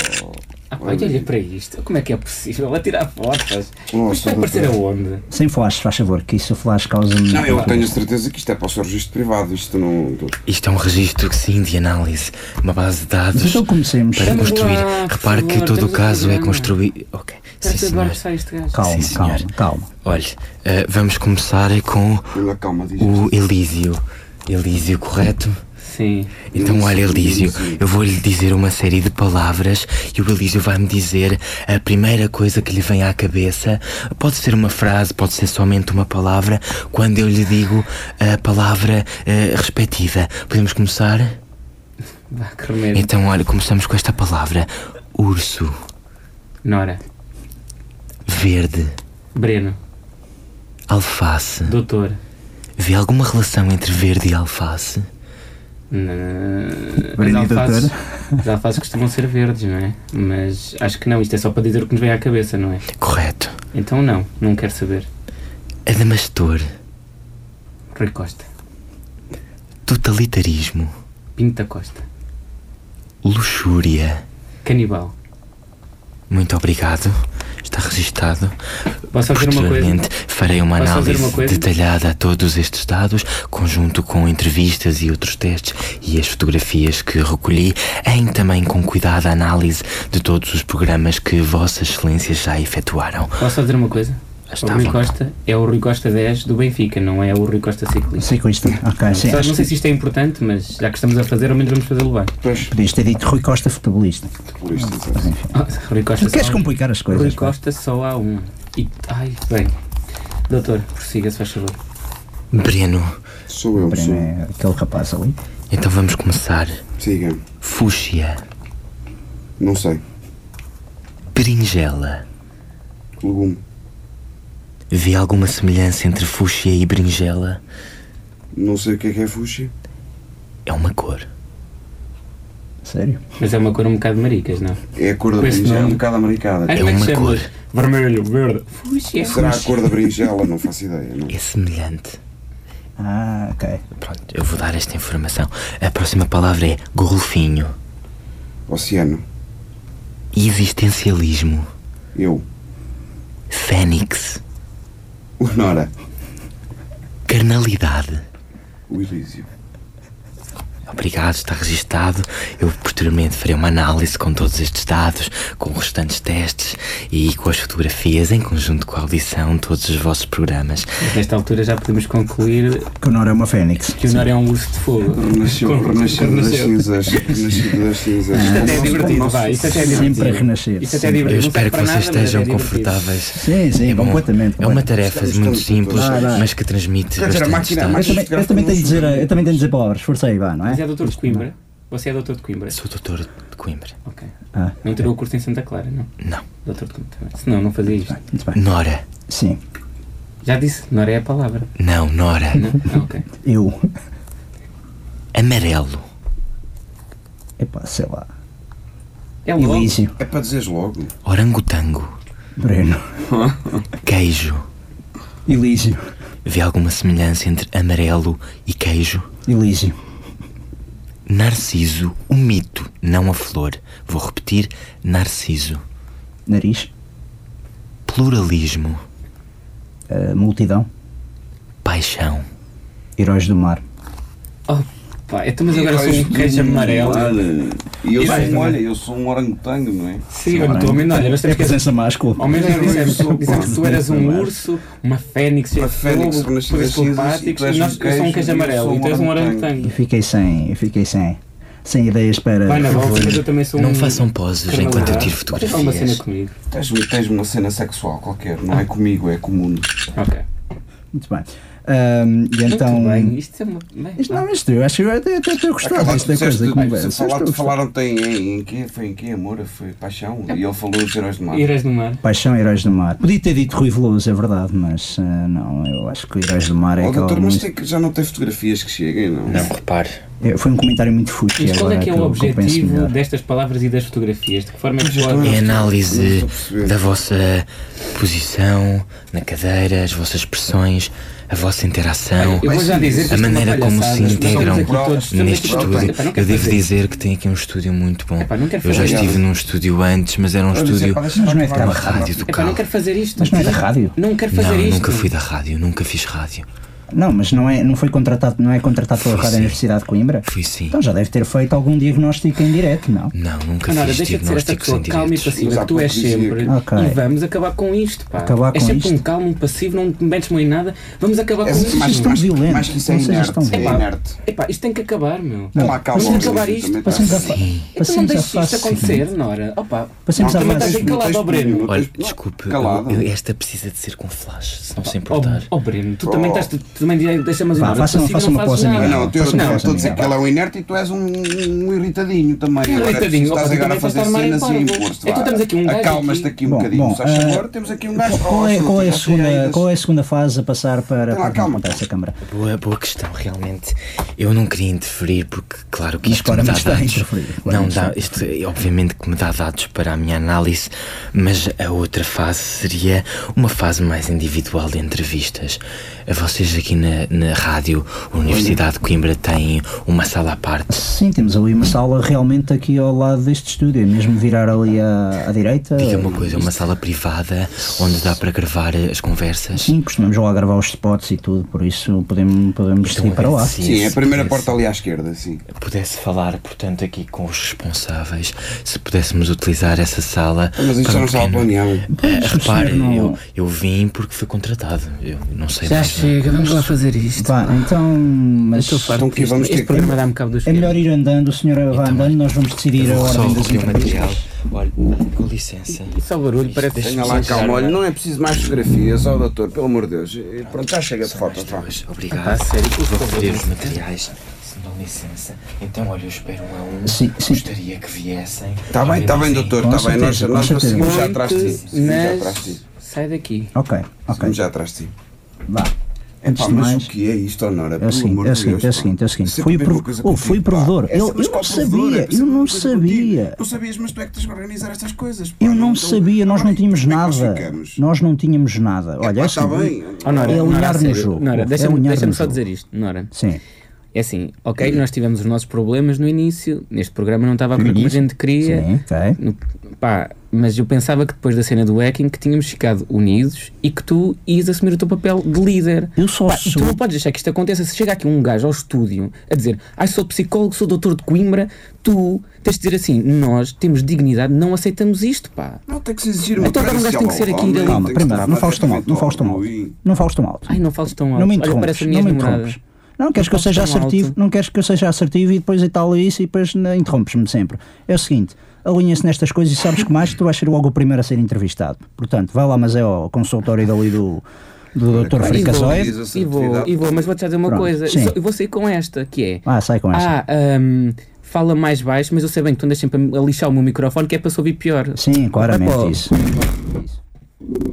Speaker 3: Ah, pá, olha para isto. Como é que é possível? Ela tirar fotos.
Speaker 4: Nossa,
Speaker 3: Isto vai aparecer aonde?
Speaker 2: Sem flash, faz favor, que isso o flash causa-me.
Speaker 4: Não, eu tenho a certeza que isto é para o seu registro privado. Isto não.
Speaker 10: Isto é um registro, sim, de análise, uma base de dados
Speaker 2: Então comecemos.
Speaker 10: para
Speaker 3: Vamos
Speaker 10: construir.
Speaker 3: lá, por
Speaker 10: Repare que
Speaker 3: favor,
Speaker 10: todo o
Speaker 3: temos um
Speaker 10: caso é
Speaker 3: programa.
Speaker 10: construir. Ok, sim,
Speaker 3: Está-se a
Speaker 10: senhor.
Speaker 3: debruçar este gajo.
Speaker 2: Calma,
Speaker 10: Sim,
Speaker 2: calma,
Speaker 10: senhor.
Speaker 2: calma.
Speaker 10: Olha, eh, vamos começar com
Speaker 4: Olha, calma, diz.
Speaker 10: o Elísio. Elísio, correto?
Speaker 3: Sim.
Speaker 10: Então, olha, Elísio,
Speaker 4: Elísio.
Speaker 10: eu vou-lhe dizer uma série de palavras e o Elísio vai-me dizer a primeira coisa que lhe vem à cabeça. Pode ser uma frase, pode ser somente uma palavra, quando eu lhe digo a palavra eh, respectiva. Podemos começar?
Speaker 3: Vá, que remédio.
Speaker 10: Então, olha, começamos com esta palavra: urso,
Speaker 3: Nora.
Speaker 10: verde,
Speaker 3: Breno.
Speaker 10: alface.
Speaker 3: Doutor.
Speaker 10: Vê alguma relação entre verde e alface?
Speaker 3: Hum,
Speaker 2: Breno e
Speaker 3: as alfaces- As alfaces costumam ser verdes, não é? Mas acho que não. Isto é só para dizer o que nos vem à cabeça, não é?
Speaker 10: Correto.
Speaker 3: Então não. Não quero saber.
Speaker 10: Adamastor,
Speaker 3: Rui Costa.
Speaker 10: totalitarismo,
Speaker 3: Pinto da Costa.
Speaker 10: luxúria.
Speaker 3: Canibal.
Speaker 10: Muito obrigado. Está registado.
Speaker 3: Posso só dizer uma coisa?
Speaker 10: Posteriormente farei uma
Speaker 3: Posso fazer
Speaker 10: análise
Speaker 3: uma coisa?
Speaker 10: detalhada a todos estes dados, conjunto com entrevistas e outros testes e as fotografias que recolhi, em também com cuidado a análise de todos os programas que Vossas Excelências já efetuaram.
Speaker 3: Posso só dizer uma coisa?
Speaker 10: Está
Speaker 3: o
Speaker 10: à
Speaker 3: Rui
Speaker 10: vontade.
Speaker 3: Costa é o Rui Costa 10 do Benfica, não é o Rui Costa ciclista.
Speaker 2: Sei com isto. Ok, sim.
Speaker 3: Só
Speaker 2: Acho
Speaker 3: não
Speaker 2: que
Speaker 3: sei se isto é importante, mas já que estamos a fazer, ao menos vamos fazê-lo bem.
Speaker 4: Pois,
Speaker 2: podias ter dito Rui Costa futebolista.
Speaker 4: por isto. exato.
Speaker 3: Ah, Rui Costa
Speaker 2: Tu queres
Speaker 3: só há um.
Speaker 2: complicar as
Speaker 3: Rui
Speaker 2: coisas. pá.
Speaker 3: Costa só há um. E, ai, bem. Doutor, prossiga, se faz favor.
Speaker 10: Breno,
Speaker 4: Sou eu,
Speaker 2: Breno
Speaker 4: sou.
Speaker 2: é aquele rapaz ali.
Speaker 10: então vamos começar.
Speaker 4: Siga.
Speaker 10: Fúcsia,
Speaker 4: Não sei.
Speaker 10: berinjela.
Speaker 4: Legume.
Speaker 10: Vê alguma semelhança entre fúcsia e berinjela?
Speaker 4: Não sei o que é que é fuxi.
Speaker 10: é uma cor.
Speaker 2: Sério?
Speaker 3: Mas é uma cor um bocado maricas, não?
Speaker 4: É a cor da
Speaker 3: Com esse
Speaker 4: berinjela,
Speaker 3: nome.
Speaker 4: um bocado amaricada.
Speaker 3: Ai,
Speaker 10: É
Speaker 3: como que
Speaker 10: uma
Speaker 3: chamas? Vermelho, verde. Fúcsia.
Speaker 4: Será a cor da berinjela? Não faço ideia. Não.
Speaker 10: É semelhante.
Speaker 2: Ah, ok.
Speaker 10: Pronto, eu vou dar esta informação. A próxima palavra é golfinho.
Speaker 4: Oceano.
Speaker 10: Existencialismo.
Speaker 4: Eu.
Speaker 10: Fênix.
Speaker 4: Leonora.
Speaker 10: Carnalidade.
Speaker 4: O Elísio.
Speaker 10: Obrigado, está registado. Eu posteriormente farei uma análise com todos estes dados, com os restantes testes e com as fotografias em conjunto com a audição de todos os vossos programas.
Speaker 3: Nesta altura já podemos concluir
Speaker 11: Que o Nora é uma fênix.
Speaker 3: que o Nora é um urso de fogo.
Speaker 4: Renasceu,
Speaker 3: Com-
Speaker 4: renascido das
Speaker 3: renasceu.
Speaker 4: cinzas. Renascido das cinzas.
Speaker 3: Isto até é
Speaker 4: Como
Speaker 3: divertido,
Speaker 4: nosso-
Speaker 3: vai. Isto até é
Speaker 2: Sempre a
Speaker 3: divertido.
Speaker 2: renascer.
Speaker 3: Isto até é divertido.
Speaker 10: Eu
Speaker 3: não serve
Speaker 10: espero que
Speaker 3: para
Speaker 10: vocês
Speaker 3: nada, mas é
Speaker 10: estejam
Speaker 3: divertido.
Speaker 10: confortáveis.
Speaker 2: Sim, sim,
Speaker 10: É bom.
Speaker 2: completamente.
Speaker 10: É uma
Speaker 2: completamente.
Speaker 10: tarefa
Speaker 4: Estamos
Speaker 10: muito
Speaker 4: todos-
Speaker 10: simples,
Speaker 4: Ah,
Speaker 2: vai.
Speaker 10: mas que transmite
Speaker 4: Quer dizer, a
Speaker 10: bastante
Speaker 4: máquina- a
Speaker 10: estado.
Speaker 2: Eu também, eu também tenho de dizer, eu também tenho de dizer palavras, forcei, vá, não é?
Speaker 3: Mas é doutor de Coimbra? Você é doutor de Coimbra?
Speaker 10: Sou doutor de Coimbra.
Speaker 3: Ok.
Speaker 2: Ah.
Speaker 3: Não tirou o curso em Santa Clara, não?
Speaker 10: Não.
Speaker 3: Doutor de Coimbra também. Senão não fazia isto.
Speaker 2: Muito bem.
Speaker 10: Nora.
Speaker 2: Sim,
Speaker 3: Já disse, Nora é a palavra.
Speaker 10: Não, Nora.
Speaker 3: Não? Ah, ok.
Speaker 2: eu.
Speaker 10: Amarelo.
Speaker 2: Epá, sei lá.
Speaker 3: É logo.
Speaker 2: Elísio,
Speaker 4: É para dizeres logo.
Speaker 10: Orangotango.
Speaker 2: Breno.
Speaker 10: Queijo.
Speaker 2: Elísio,
Speaker 10: Vê alguma semelhança entre amarelo e queijo?
Speaker 2: Elísio,
Speaker 10: Narciso, o mito, não a flor. Vou repetir: Narciso.
Speaker 2: nariz,
Speaker 10: Pluralismo,
Speaker 2: eh, multidão,
Speaker 10: paixão.
Speaker 2: heróis do mar.
Speaker 3: Pá, então, mas agora sou um queijo amarelo.
Speaker 4: E eu sou
Speaker 3: Vai,
Speaker 4: um,
Speaker 3: vai.
Speaker 4: olha, eu sou um orangotango, não é?
Speaker 3: Sim, eu estou a menos. Olha,
Speaker 2: é
Speaker 3: mas temos que Oh,
Speaker 2: presença máscula.
Speaker 3: Ao menos nós dissemos,
Speaker 4: Sou-
Speaker 3: dissemos que tu eras um urso, uma fênix,
Speaker 4: Uma fênix
Speaker 3: fogo,
Speaker 4: renascida
Speaker 3: coisas
Speaker 4: das cinzas, e tu
Speaker 3: telepáticas,
Speaker 4: és
Speaker 3: e nós,
Speaker 4: um
Speaker 3: eu sou um
Speaker 4: queijo e
Speaker 3: queijo
Speaker 4: eu
Speaker 3: amarelo
Speaker 4: sou
Speaker 3: e tu és um
Speaker 4: um
Speaker 3: orangotango.
Speaker 2: Eu fiquei sem, eu fiquei sem, sem ideias para.
Speaker 3: Vai na
Speaker 2: por
Speaker 3: volta,
Speaker 2: favor.
Speaker 3: mas eu também sou um.
Speaker 10: Não façam poses enquanto eu tiro
Speaker 3: Vocês falam uma cena
Speaker 10: fotografias.
Speaker 3: comigo.
Speaker 4: Tens, tens uma cena sexual qualquer, não é comigo, é com o mundo.
Speaker 3: Ok.
Speaker 2: Muito bem. Ahm, e então.
Speaker 3: Muito bem, isto é uma. Bem,
Speaker 2: Isto não, isto eu acho que eu até, até estou a
Speaker 3: é
Speaker 2: gostar
Speaker 4: Acabaste,
Speaker 2: disto da
Speaker 4: disseste
Speaker 2: coisa. é?
Speaker 4: de-
Speaker 2: que me
Speaker 4: de-
Speaker 2: veio.
Speaker 4: de- falar-
Speaker 2: Estou a gostar.
Speaker 4: Falaram-te em, em, em quê? Foi em quê? Amor? Foi paixão? E ele falou os heróis do mar.
Speaker 3: Irás no mar.
Speaker 2: Paixão Heróis do Mar. Podia ter dito Rui Veloso, é verdade, mas ah, não, eu acho que Heróis do Mar é
Speaker 4: Oh,
Speaker 2: aquela
Speaker 4: doutor, mas
Speaker 2: música-
Speaker 4: tem que- já não tem fotografias que cheguem, não?
Speaker 10: repare.
Speaker 2: É, Foi um comentário muito fútil.
Speaker 3: Mas qual é
Speaker 2: agora
Speaker 3: que é
Speaker 2: eu-
Speaker 3: o
Speaker 2: eu penso
Speaker 3: objetivo
Speaker 2: melhor.
Speaker 3: destas palavras e das fotografias? De que forma é que
Speaker 10: É
Speaker 3: pode.
Speaker 10: análise
Speaker 4: Hum. Não estou a perceber.
Speaker 10: da vossa posição na cadeira, as vossas expressões, a vossa interação.
Speaker 3: Eu vou já dizer que isto
Speaker 10: a
Speaker 3: é uma
Speaker 10: maneira como se
Speaker 3: palhaçada, mas estamos
Speaker 10: integram
Speaker 3: aqui todos- estamos
Speaker 10: neste
Speaker 3: aqui todos-
Speaker 10: estúdio.
Speaker 3: Epá, não
Speaker 10: Eu
Speaker 3: quero
Speaker 10: devo
Speaker 3: fazer isso.
Speaker 10: dizer que tem aqui um estúdio muito bom.
Speaker 3: Epá, não quero
Speaker 10: Eu já
Speaker 3: fazer
Speaker 10: estive num estúdio antes, mas era um estúdio
Speaker 2: Mas não é de
Speaker 10: uma
Speaker 2: rádio.
Speaker 10: rádio do
Speaker 3: Epá, não
Speaker 10: carro.
Speaker 3: quero fazer isto.
Speaker 2: Mas não é da rádio?
Speaker 3: Não quero fazer
Speaker 10: Não,
Speaker 3: isto.
Speaker 10: nunca fui da rádio, nunca fiz rádio.
Speaker 2: Não, mas não, é, não foi contratado, não é contratado pela
Speaker 10: Fui
Speaker 2: Rádio
Speaker 10: sim.
Speaker 2: Universidade de Coimbra?
Speaker 10: Fui sim.
Speaker 2: Então já deve ter feito algum diagnóstico em direto, não?
Speaker 10: Não, é nunca
Speaker 3: Canora,
Speaker 10: fiz
Speaker 3: deixa de ser esta
Speaker 10: diagnósticos
Speaker 3: pessoa
Speaker 10: em
Speaker 3: calma e
Speaker 10: direto.
Speaker 4: Mas
Speaker 3: passiva
Speaker 4: há
Speaker 3: que tu
Speaker 4: pouco
Speaker 3: és
Speaker 4: dizia
Speaker 3: sempre
Speaker 4: que-
Speaker 2: Ok.
Speaker 3: e vamos acabar com isto, pá.
Speaker 2: Acabar
Speaker 3: é
Speaker 2: com
Speaker 3: sempre um
Speaker 2: isto?
Speaker 3: calmo, um passivo, não te metes em nada. Vamos acabar com
Speaker 4: É
Speaker 3: isto.
Speaker 4: mais,
Speaker 2: tão
Speaker 4: mais,
Speaker 2: violento,
Speaker 4: mais que isso é
Speaker 2: não sejas
Speaker 4: inerte.
Speaker 2: tão
Speaker 4: É
Speaker 2: violento.
Speaker 4: inerte.
Speaker 3: Epá, isto tem que acabar, meu.
Speaker 4: Toma a calma,
Speaker 3: Vamos acabar
Speaker 4: Luís,
Speaker 3: isto,
Speaker 4: também tá
Speaker 2: Passamos à
Speaker 4: estás-
Speaker 2: fa-
Speaker 3: Então não
Speaker 2: passamos à
Speaker 3: deixes isto
Speaker 2: fase
Speaker 3: acontecer,
Speaker 2: seguinte.
Speaker 3: Nora. Opa,
Speaker 2: Passemos à
Speaker 4: Não,
Speaker 3: também
Speaker 2: fase
Speaker 3: estás aí
Speaker 4: tens-
Speaker 3: calado ao
Speaker 4: tens-
Speaker 3: Breno.
Speaker 4: não,
Speaker 10: Olha,
Speaker 4: não,
Speaker 10: desculpe, eu-
Speaker 4: calado.
Speaker 10: eu- esta precisa de ser com flash, se não
Speaker 3: Ó
Speaker 10: se importar.
Speaker 3: oh, Breno, tu também
Speaker 4: Oh.
Speaker 3: estás, tu também deixa mais
Speaker 2: Vá,
Speaker 3: uma hora
Speaker 2: faça uma-
Speaker 3: passiva,
Speaker 2: faça uma
Speaker 3: fazes
Speaker 2: pausa,
Speaker 3: nada.
Speaker 4: Ah,
Speaker 2: Miguel.
Speaker 4: não, eu
Speaker 2: Faz nada,
Speaker 4: estou a dizer
Speaker 2: Miguel.
Speaker 4: que ele é um inerte e tu és um, um irritadinho também.
Speaker 3: Um
Speaker 4: Agora,
Speaker 3: irritadinho,
Speaker 4: Estás
Speaker 3: opa,
Speaker 4: agora a
Speaker 3: também estás
Speaker 4: fazer
Speaker 3: a armar em
Speaker 4: cenas e
Speaker 3: parvo.
Speaker 4: impor-te.
Speaker 3: Então
Speaker 4: vá.
Speaker 3: temos aqui um gajo
Speaker 4: Acalmas-te
Speaker 3: aqui.
Speaker 4: aqui um
Speaker 2: Bom,
Speaker 4: bocadinho.
Speaker 2: bom,
Speaker 4: Sás
Speaker 2: ah,
Speaker 4: Sabor, temos aqui um gajo.
Speaker 2: Qual é,
Speaker 4: Oh,
Speaker 2: qual, é a
Speaker 4: Sr.
Speaker 2: segunda,
Speaker 4: Freitas.
Speaker 2: qual é a segunda fase a passar para,
Speaker 4: Então,
Speaker 2: para
Speaker 4: calma.
Speaker 2: perguntar essa câmara?
Speaker 10: Boa, boa questão, realmente. Eu não queria interferir porque, claro que
Speaker 2: Mas
Speaker 10: isto me dá
Speaker 2: claramente está a
Speaker 10: dados.
Speaker 2: interferir,
Speaker 10: Não
Speaker 2: claramente
Speaker 10: dá, isto é, obviamente que me dá dados para a minha análise, mas a outra fase seria uma fase mais individual de entrevistas. Vocês aqui na, na rádio, a Universidade de Coimbra tem uma sala à parte.
Speaker 2: Sim, temos ali uma sala realmente aqui ao lado deste estúdio, é mesmo virar ali à, à direita.
Speaker 10: Diga uma coisa, uma sala privada onde dá para gravar eh, as conversas.
Speaker 2: Sim, costumamos lá gravar os spots e tudo, por isso podemos, podemos
Speaker 10: Então,
Speaker 2: ir para lá.
Speaker 10: agradecia.
Speaker 4: Sim, é a primeira
Speaker 10: Esse-
Speaker 4: porta ali à esquerda, sim.
Speaker 10: pudesse falar, portanto, aqui com os responsáveis, se pudéssemos utilizar essa sala.
Speaker 4: Mas isto
Speaker 10: para
Speaker 4: já
Speaker 10: um
Speaker 4: não estava
Speaker 10: pequeno-
Speaker 4: planeado.
Speaker 10: Ah,
Speaker 2: Mas o
Speaker 10: repare,
Speaker 2: senhor não-
Speaker 10: eu, eu vim porque fui contratado. Eu não sei
Speaker 3: Já
Speaker 10: mais.
Speaker 3: chega, vamos lá fazer isto.
Speaker 2: Pá, então, mas
Speaker 3: Estou farto
Speaker 4: Então que
Speaker 3: disto.
Speaker 4: vamos ter
Speaker 3: Este
Speaker 4: que-
Speaker 3: programa dá-me cabo dos
Speaker 2: é melhor ir andando, o senhor vai
Speaker 10: Então,
Speaker 2: andando, nós vamos decidir a
Speaker 10: Eu vou só
Speaker 2: ordem das
Speaker 10: recolher o material.
Speaker 2: entrevistas.
Speaker 10: Olha, com licença.
Speaker 3: Só barulho, parece
Speaker 10: Deixa-me
Speaker 4: Tenha lá
Speaker 10: só
Speaker 4: calma,
Speaker 10: tirar-
Speaker 4: olha, não é preciso mais fotografias, ó doutor, pelo amor de Deus. E Pronto, já chega de fotos, vá.
Speaker 10: Mas,
Speaker 2: Ah, tá,
Speaker 10: Obrigado. Vou recolher os materiais. Se me dão licença. Então, olha, eu espero um a um.
Speaker 2: Sim, sim.
Speaker 10: Gostaria que viessem.
Speaker 4: Está Tá bem, está bem,
Speaker 10: Organizem.
Speaker 4: doutor,
Speaker 2: Com
Speaker 4: está bem. Nós,
Speaker 2: certeza, com
Speaker 4: nós
Speaker 2: certeza.
Speaker 4: conseguimos já atrás de ti.
Speaker 3: Mas
Speaker 4: Conseguimos já atrás de ti.
Speaker 3: sai daqui.
Speaker 2: Ok, ok,
Speaker 4: Conseguimos já atrás de ti.
Speaker 2: vá. Antes
Speaker 4: Pá,
Speaker 2: de
Speaker 4: mas
Speaker 2: mais,
Speaker 4: o que é isto, Honora?
Speaker 2: é o
Speaker 4: Pelo
Speaker 2: seguinte,
Speaker 4: amor
Speaker 2: é o
Speaker 4: de Deus,
Speaker 2: seguinte, é o
Speaker 4: pá.
Speaker 2: seguinte, é o seguinte.
Speaker 4: Sempre
Speaker 2: Foi
Speaker 4: a
Speaker 2: o
Speaker 4: mesma
Speaker 2: provedor,
Speaker 4: coisa
Speaker 2: ele
Speaker 4: contigo,
Speaker 2: foi o
Speaker 4: pá.
Speaker 2: provedor.
Speaker 4: É
Speaker 2: Ele-
Speaker 4: sempre- mas
Speaker 2: Eu
Speaker 4: qual
Speaker 2: não
Speaker 4: provedor? É
Speaker 2: sabia, eu
Speaker 4: sempre
Speaker 2: não
Speaker 4: uma coisa contigo.
Speaker 2: sabia.
Speaker 4: Tu sabias, mas tu é que tens que organizar estas coisas. pá.
Speaker 2: Eu não
Speaker 4: Então,
Speaker 2: sabia, nós não
Speaker 4: olha,
Speaker 2: tínhamos
Speaker 4: como é que nós
Speaker 2: nada.
Speaker 4: ficamos?
Speaker 2: Nós não tínhamos nada. Olha,
Speaker 4: pá,
Speaker 2: é
Speaker 4: está bem.
Speaker 2: É
Speaker 3: Oh, Nora, Nora, a
Speaker 2: alinhar no
Speaker 3: sério.
Speaker 2: jogo.
Speaker 3: Nora,
Speaker 2: É
Speaker 3: deixa-me
Speaker 2: alinhar
Speaker 3: deixa
Speaker 2: no
Speaker 3: só
Speaker 2: jogo.
Speaker 3: dizer isto, Nora.
Speaker 2: Sim.
Speaker 3: É assim, ok, nós tivemos os nossos problemas no início, neste programa não estava a
Speaker 2: No
Speaker 3: como a
Speaker 2: início?
Speaker 3: gente queria,
Speaker 2: Sim, ok.
Speaker 3: No- pá, mas eu pensava que depois da cena do hacking que tínhamos ficado unidos e que tu ias assumir o teu papel de líder.
Speaker 2: Eu só
Speaker 3: Pá, e tu
Speaker 2: sou-
Speaker 3: não podes deixar que isto aconteça. Se chega aqui um gajo ao estúdio a dizer ai, sou psicólogo, sou doutor de Coimbra, tu tens de dizer assim, nós temos dignidade, não aceitamos isto, pá.
Speaker 4: Não, tem que se exigir uma
Speaker 3: Então,
Speaker 4: coisa
Speaker 3: mas tem que
Speaker 4: social
Speaker 3: ser
Speaker 4: ao
Speaker 3: aqui,
Speaker 4: homem,
Speaker 3: ali.
Speaker 4: tem
Speaker 2: Calma,
Speaker 4: que
Speaker 2: primeiro,
Speaker 4: estar
Speaker 2: não falas tão
Speaker 4: diretamente
Speaker 2: alto, não
Speaker 4: ao
Speaker 2: falas tão alto.
Speaker 4: homem.
Speaker 2: Não falas tão alto.
Speaker 3: Ai, não fales tão alto.
Speaker 2: Não me
Speaker 3: Olha, parece
Speaker 2: interrompes,
Speaker 3: a minha
Speaker 2: não me
Speaker 3: namorada.
Speaker 2: interrompes. Não queres que eu
Speaker 3: falas
Speaker 2: seja
Speaker 3: tão alto.
Speaker 2: assertivo, não queres que eu seja assertivo e depois e tal e isso e depois né, interrompes-me sempre. É o seguinte, alinha-se nestas coisas e sabes que mais tu vais ser logo o primeiro a ser entrevistado. Portanto, vai lá, mas é ao consultório dali do, do Dr.
Speaker 4: Olha,
Speaker 2: Fricazoide.
Speaker 4: valoriza-se a
Speaker 3: E vou,
Speaker 4: atividade.
Speaker 3: e vou, mas vou-te já dizer uma
Speaker 2: Pronto,
Speaker 3: coisa.
Speaker 2: sim.
Speaker 3: Eu vou sair com esta, que é.
Speaker 2: Ah, sai com essa.
Speaker 3: Ah, hum, fala mais baixo, mas eu sei bem que tu andas sempre a a lixar o meu microfone, que é para se ouvir pior.
Speaker 2: Sim,
Speaker 3: Vai para o-
Speaker 2: claramente isso.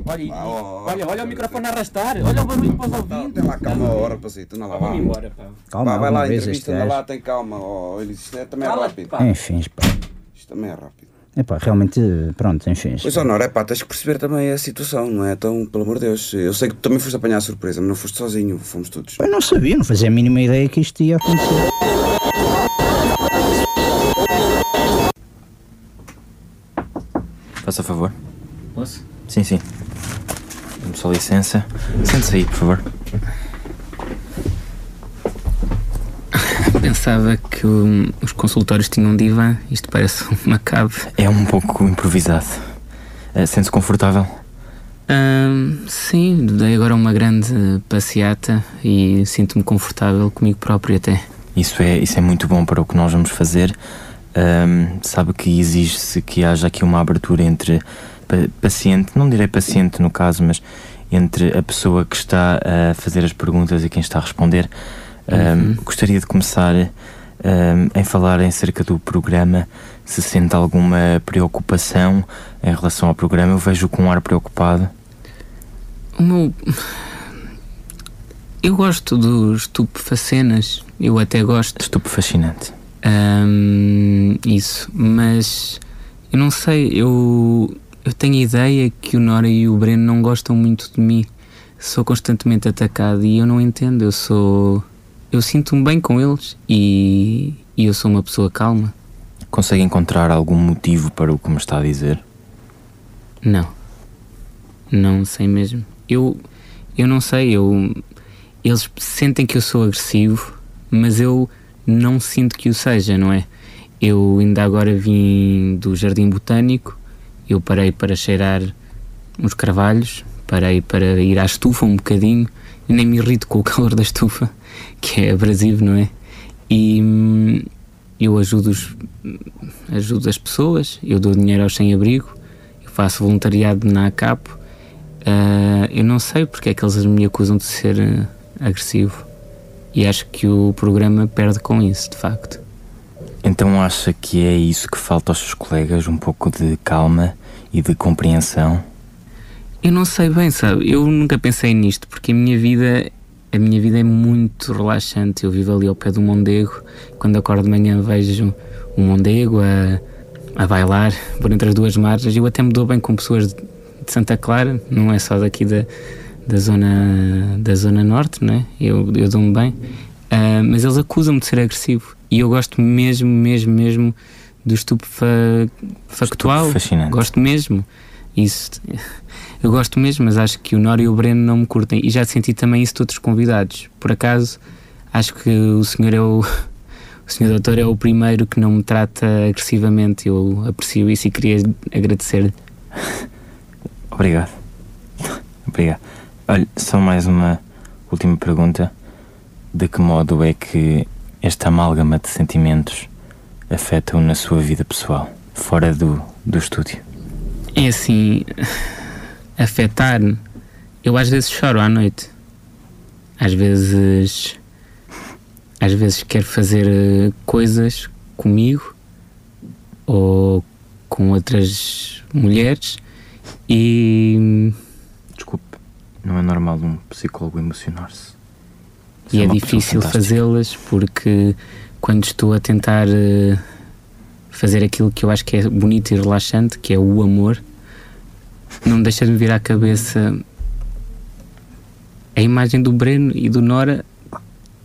Speaker 3: Olha,
Speaker 4: Ah, ó, ó,
Speaker 3: olha, olha o microfone a arrastar, olha o barulho para os
Speaker 4: Não,
Speaker 3: ouvintes.
Speaker 4: tem lá calma a hora, Pacito, anda lá, vá.
Speaker 12: Embora, pá.
Speaker 2: Calma,
Speaker 4: Vá, vai
Speaker 2: alguma
Speaker 4: lá,
Speaker 2: vez
Speaker 4: entrevista,
Speaker 2: este
Speaker 4: anda lá,
Speaker 2: gajo.
Speaker 4: tem calma. ó, Elis, isto é- também é
Speaker 12: Cala-te,
Speaker 4: rápido.
Speaker 12: pá.
Speaker 2: Enfim, pá.
Speaker 4: Isto também é rápido.
Speaker 2: Epá, realmente, pronto, enfim. isto-
Speaker 4: Pois, Honor, é pá, tens que perceber também a situação, não é? Então, pelo amor de Deus, eu sei que tu também foste apanhar a surpresa, mas não foste sozinho, fomos todos.
Speaker 2: Eu não sabia, não fazia a mínima ideia que isto ia acontecer.
Speaker 10: Faça favor. Sim, sim. Dê-me só licença. Sente-se aí, por favor.
Speaker 3: Pensava que hum, os consultórios tinham um divã, isto parece uma cave.
Speaker 10: É um pouco improvisado. Eh, Sente-se confortável?
Speaker 3: Hum, sim, dei agora uma grande passeata e sinto-me confortável comigo próprio até.
Speaker 10: Isso é, isso é muito bom para o que nós vamos fazer. Ahm, sabe que exige-se que haja aqui uma abertura entre pa- paciente, não direi paciente no caso, mas entre a pessoa que está a fazer as perguntas e quem está a responder. Ahm, Gostaria de começar ahm, em falar em cerca do programa. Se sente alguma preocupação em relação ao programa, eu vejo com um ar preocupado.
Speaker 3: O meu. Eu gosto dos tupefacenas, eu até gosto.
Speaker 10: Estupefascinante.
Speaker 3: Ahm, isso, mas eu não sei, eu, eu tenho a ideia que o Nora e o Breno não gostam muito de mim. Sou constantemente atacado e eu não entendo. Eu sou. Eu sinto-me bem com eles e, e eu sou uma pessoa calma.
Speaker 10: Consegue encontrar algum motivo para o que me está a dizer?
Speaker 3: Não. Não sei mesmo. Eu, eu não sei, eu eles sentem que eu sou agressivo, mas eu não sinto que o seja, não é? Eu ainda agora vim do Jardim Botânico, eu parei para cheirar uns carvalhos, parei para ir à estufa um bocadinho, eu nem me irrito com o calor da estufa, que é abrasivo, não é? E hum, eu ajudo, os, ajudo as pessoas, eu dou dinheiro aos sem-abrigo, eu faço voluntariado na ACAP. Ah, eu não sei porque é que eles me acusam de ser ah, agressivo. E acho que o programa perde com isso, de facto.
Speaker 10: Então acha que é isso que falta aos seus colegas? Um pouco de calma e de compreensão?
Speaker 3: Eu não sei bem, sabe? Eu nunca pensei nisto, porque a minha vida, a minha vida é muito relaxante. Eu vivo ali ao pé do Mondego. Quando acordo de manhã vejo o Mondego a, a bailar por entre as duas margens. Eu até me dou bem com pessoas de de Santa Clara, não é só daqui da, da, zona, da zona norte, não é? Eu, eu dou-me bem. Ah, mas eles acusam-me de ser agressivo. E eu gosto mesmo, mesmo, mesmo do estupefactual.
Speaker 10: Fascinante.
Speaker 3: Gosto mesmo. Isso. Eu gosto mesmo, mas acho que o Nora e o Breno não me curtem. E já senti também isso de outros convidados. Por acaso, acho que o senhor é o. O senhor doutor é o primeiro que não me trata agressivamente. Eu aprecio isso e queria agradecer.
Speaker 10: Obrigado. Obrigado. Olha, só mais uma última pergunta. De que modo é que esta amálgama de sentimentos afeta-o na sua vida pessoal, fora do, do estúdio?
Speaker 3: É assim. afetar-me. Eu às vezes choro à noite. Às vezes. Às vezes quero fazer eh, coisas comigo ou com outras mulheres e.
Speaker 10: Desculpe, Não é normal um psicólogo emocionar-se.
Speaker 13: E
Speaker 10: Sou
Speaker 13: é
Speaker 10: uma pessoa
Speaker 13: difícil
Speaker 10: fantástica.
Speaker 13: fazê-las porque quando estou a tentar eh, fazer aquilo que eu acho que é bonito e relaxante, que é o amor, não me deixa de me vir à cabeça a imagem do Breno e do Nora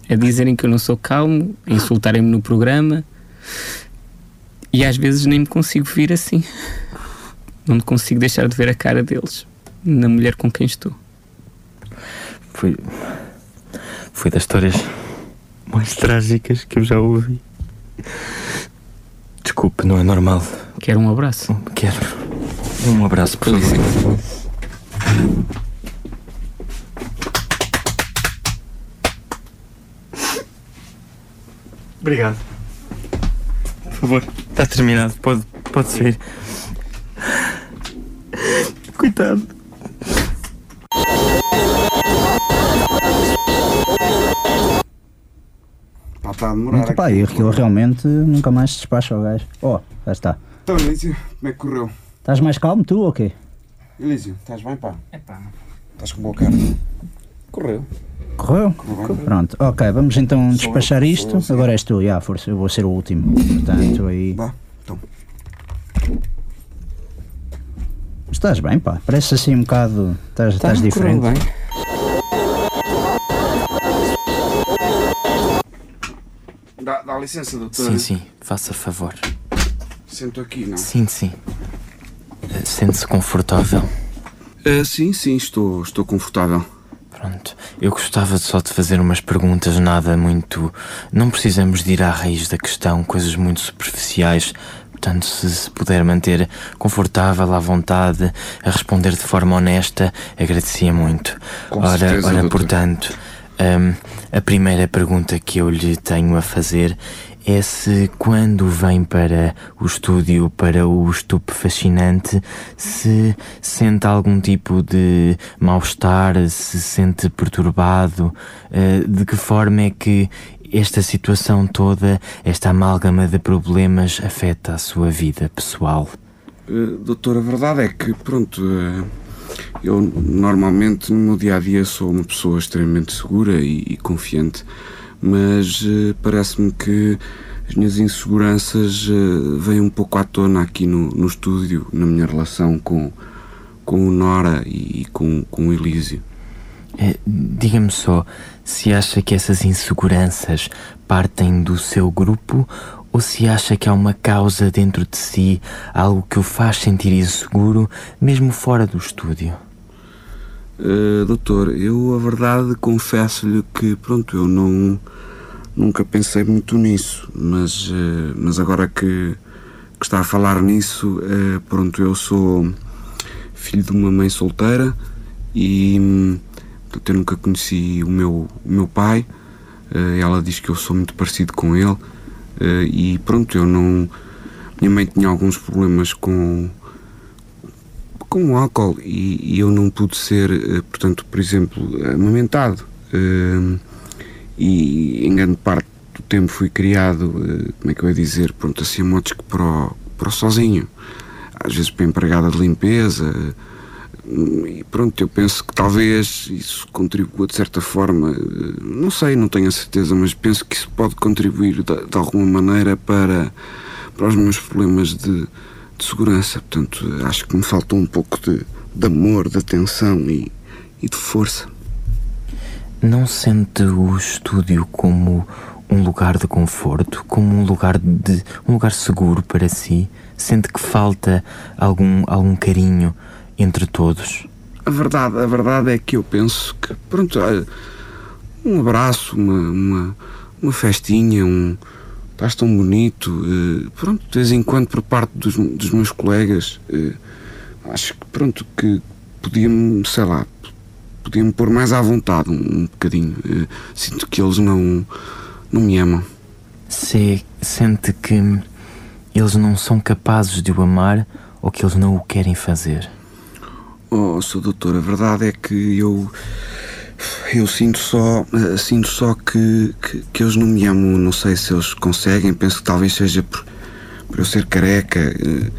Speaker 13: a dizerem que eu não sou calmo, a insultarem-me no programa e às vezes nem me consigo vir assim. Não me consigo deixar de ver a cara deles na mulher com quem estou.
Speaker 10: Foi. Foi das histórias mais trágicas que eu já ouvi. Desculpe, não é normal.
Speaker 13: Quero um abraço.
Speaker 10: Quero. Um abraço, por favor. Obrigado. Por favor, está terminado. Pode, pode sair. Coitado.
Speaker 4: Pá, está a demorar.
Speaker 2: Muito pá, e aquilo realmente nunca mais se despacha ao gajo. Oh, já está.
Speaker 4: Então, Elísio, como é que correu?
Speaker 2: Estás mais calmo tu ou quê?
Speaker 4: Elísio, estás bem, pá? É pá. Estás com boa cara. Correu.
Speaker 2: Correu? Pronto, ok, vamos então despachar isto. Agora és tu, já, força, eu vou ser o último. Portanto, aí.
Speaker 4: então.
Speaker 2: Estás bem, pá, parece assim um bocado. Estás,
Speaker 12: Tá,
Speaker 2: estás
Speaker 12: correu
Speaker 2: diferente.
Speaker 12: bem.
Speaker 4: Dá, dá licença, doutor.
Speaker 10: Sim, sim, faça favor.
Speaker 4: Sento aqui, não?
Speaker 10: Sim, sim. Eh, Sente-se confortável.
Speaker 4: Ah, sim, sim, estou, estou confortável.
Speaker 10: Pronto. Eu gostava só de fazer umas perguntas, nada muito. Não precisamos de ir à raiz da questão, coisas muito superficiais. Portanto, se se puder manter confortável, à vontade, a responder de forma honesta, agradecia muito.
Speaker 4: Com
Speaker 10: ora,
Speaker 4: certeza,
Speaker 10: ora
Speaker 4: doutor.
Speaker 10: portanto, hum, a primeira pergunta que eu lhe tenho a fazer é se quando vem para o estúdio, para o estupe fascinante, se sente algum tipo de mal-estar, se sente perturbado, eh, de que forma é que esta situação toda, esta amálgama de problemas afeta a sua vida pessoal.
Speaker 4: Uh, doutor, a verdade é que, pronto, uh, eu normalmente no meu dia a dia sou uma pessoa extremamente segura e, e confiante, mas uh, parece-me que as minhas inseguranças uh, vêm um pouco à tona aqui no, no estúdio, na minha relação com, com o Nora e, e com, com o Elísio.
Speaker 10: Eh, Diga-me só, se acha que essas inseguranças partem do seu grupo ou se acha que há uma causa dentro de si, algo que o faz sentir inseguro, mesmo fora do estúdio?
Speaker 4: Uh, doutor, eu a verdade confesso-lhe que, pronto, eu não nunca pensei muito nisso, mas, uh, mas agora que, que está a falar nisso, uh, pronto, eu sou filho de uma mãe solteira e hum, portanto, eu nunca conheci o meu, o meu pai. Uh, ela diz que eu sou muito parecido com ele uh, e pronto, eu não. Minha mãe tinha alguns problemas com, com o álcool e, e eu não pude ser, eh, portanto, por exemplo, amamentado. Hum, e em grande parte do tempo fui criado, eh, como é que eu ia dizer, pronto, assim, a modos que para o, para o sozinho. Às vezes para a empregada de limpeza. hum, E pronto, eu penso que talvez isso contribua de certa forma, eh, não sei, não tenho a certeza, mas penso que isso pode contribuir de, de alguma maneira para, para os meus problemas de, de segurança. Portanto, acho que me faltou um pouco de, de amor, de atenção e, e de força.
Speaker 10: Não sente o estúdio como um lugar de conforto, como um lugar de um lugar seguro para si? Sente que falta algum algum carinho entre todos?
Speaker 4: A verdade, a verdade é que eu penso que, pronto, olha, um abraço, uma, uma, uma festinha, um. Estás tão bonito, eh, pronto, de vez em quando por parte dos, dos meus colegas, eh, acho que, pronto, que podia-me, sei lá, podia-me pôr mais à vontade um, um bocadinho. eh, sinto que eles não, não me amam.
Speaker 10: Se sente que eles não são capazes de o amar ou que eles não o querem fazer?
Speaker 4: Oh, Sr. Doutor, a verdade é que eu. Eu sinto só. eh, Sinto só que, que, que eles não me amam. Não sei se eles conseguem. Penso que talvez seja por, por eu ser careca. eh,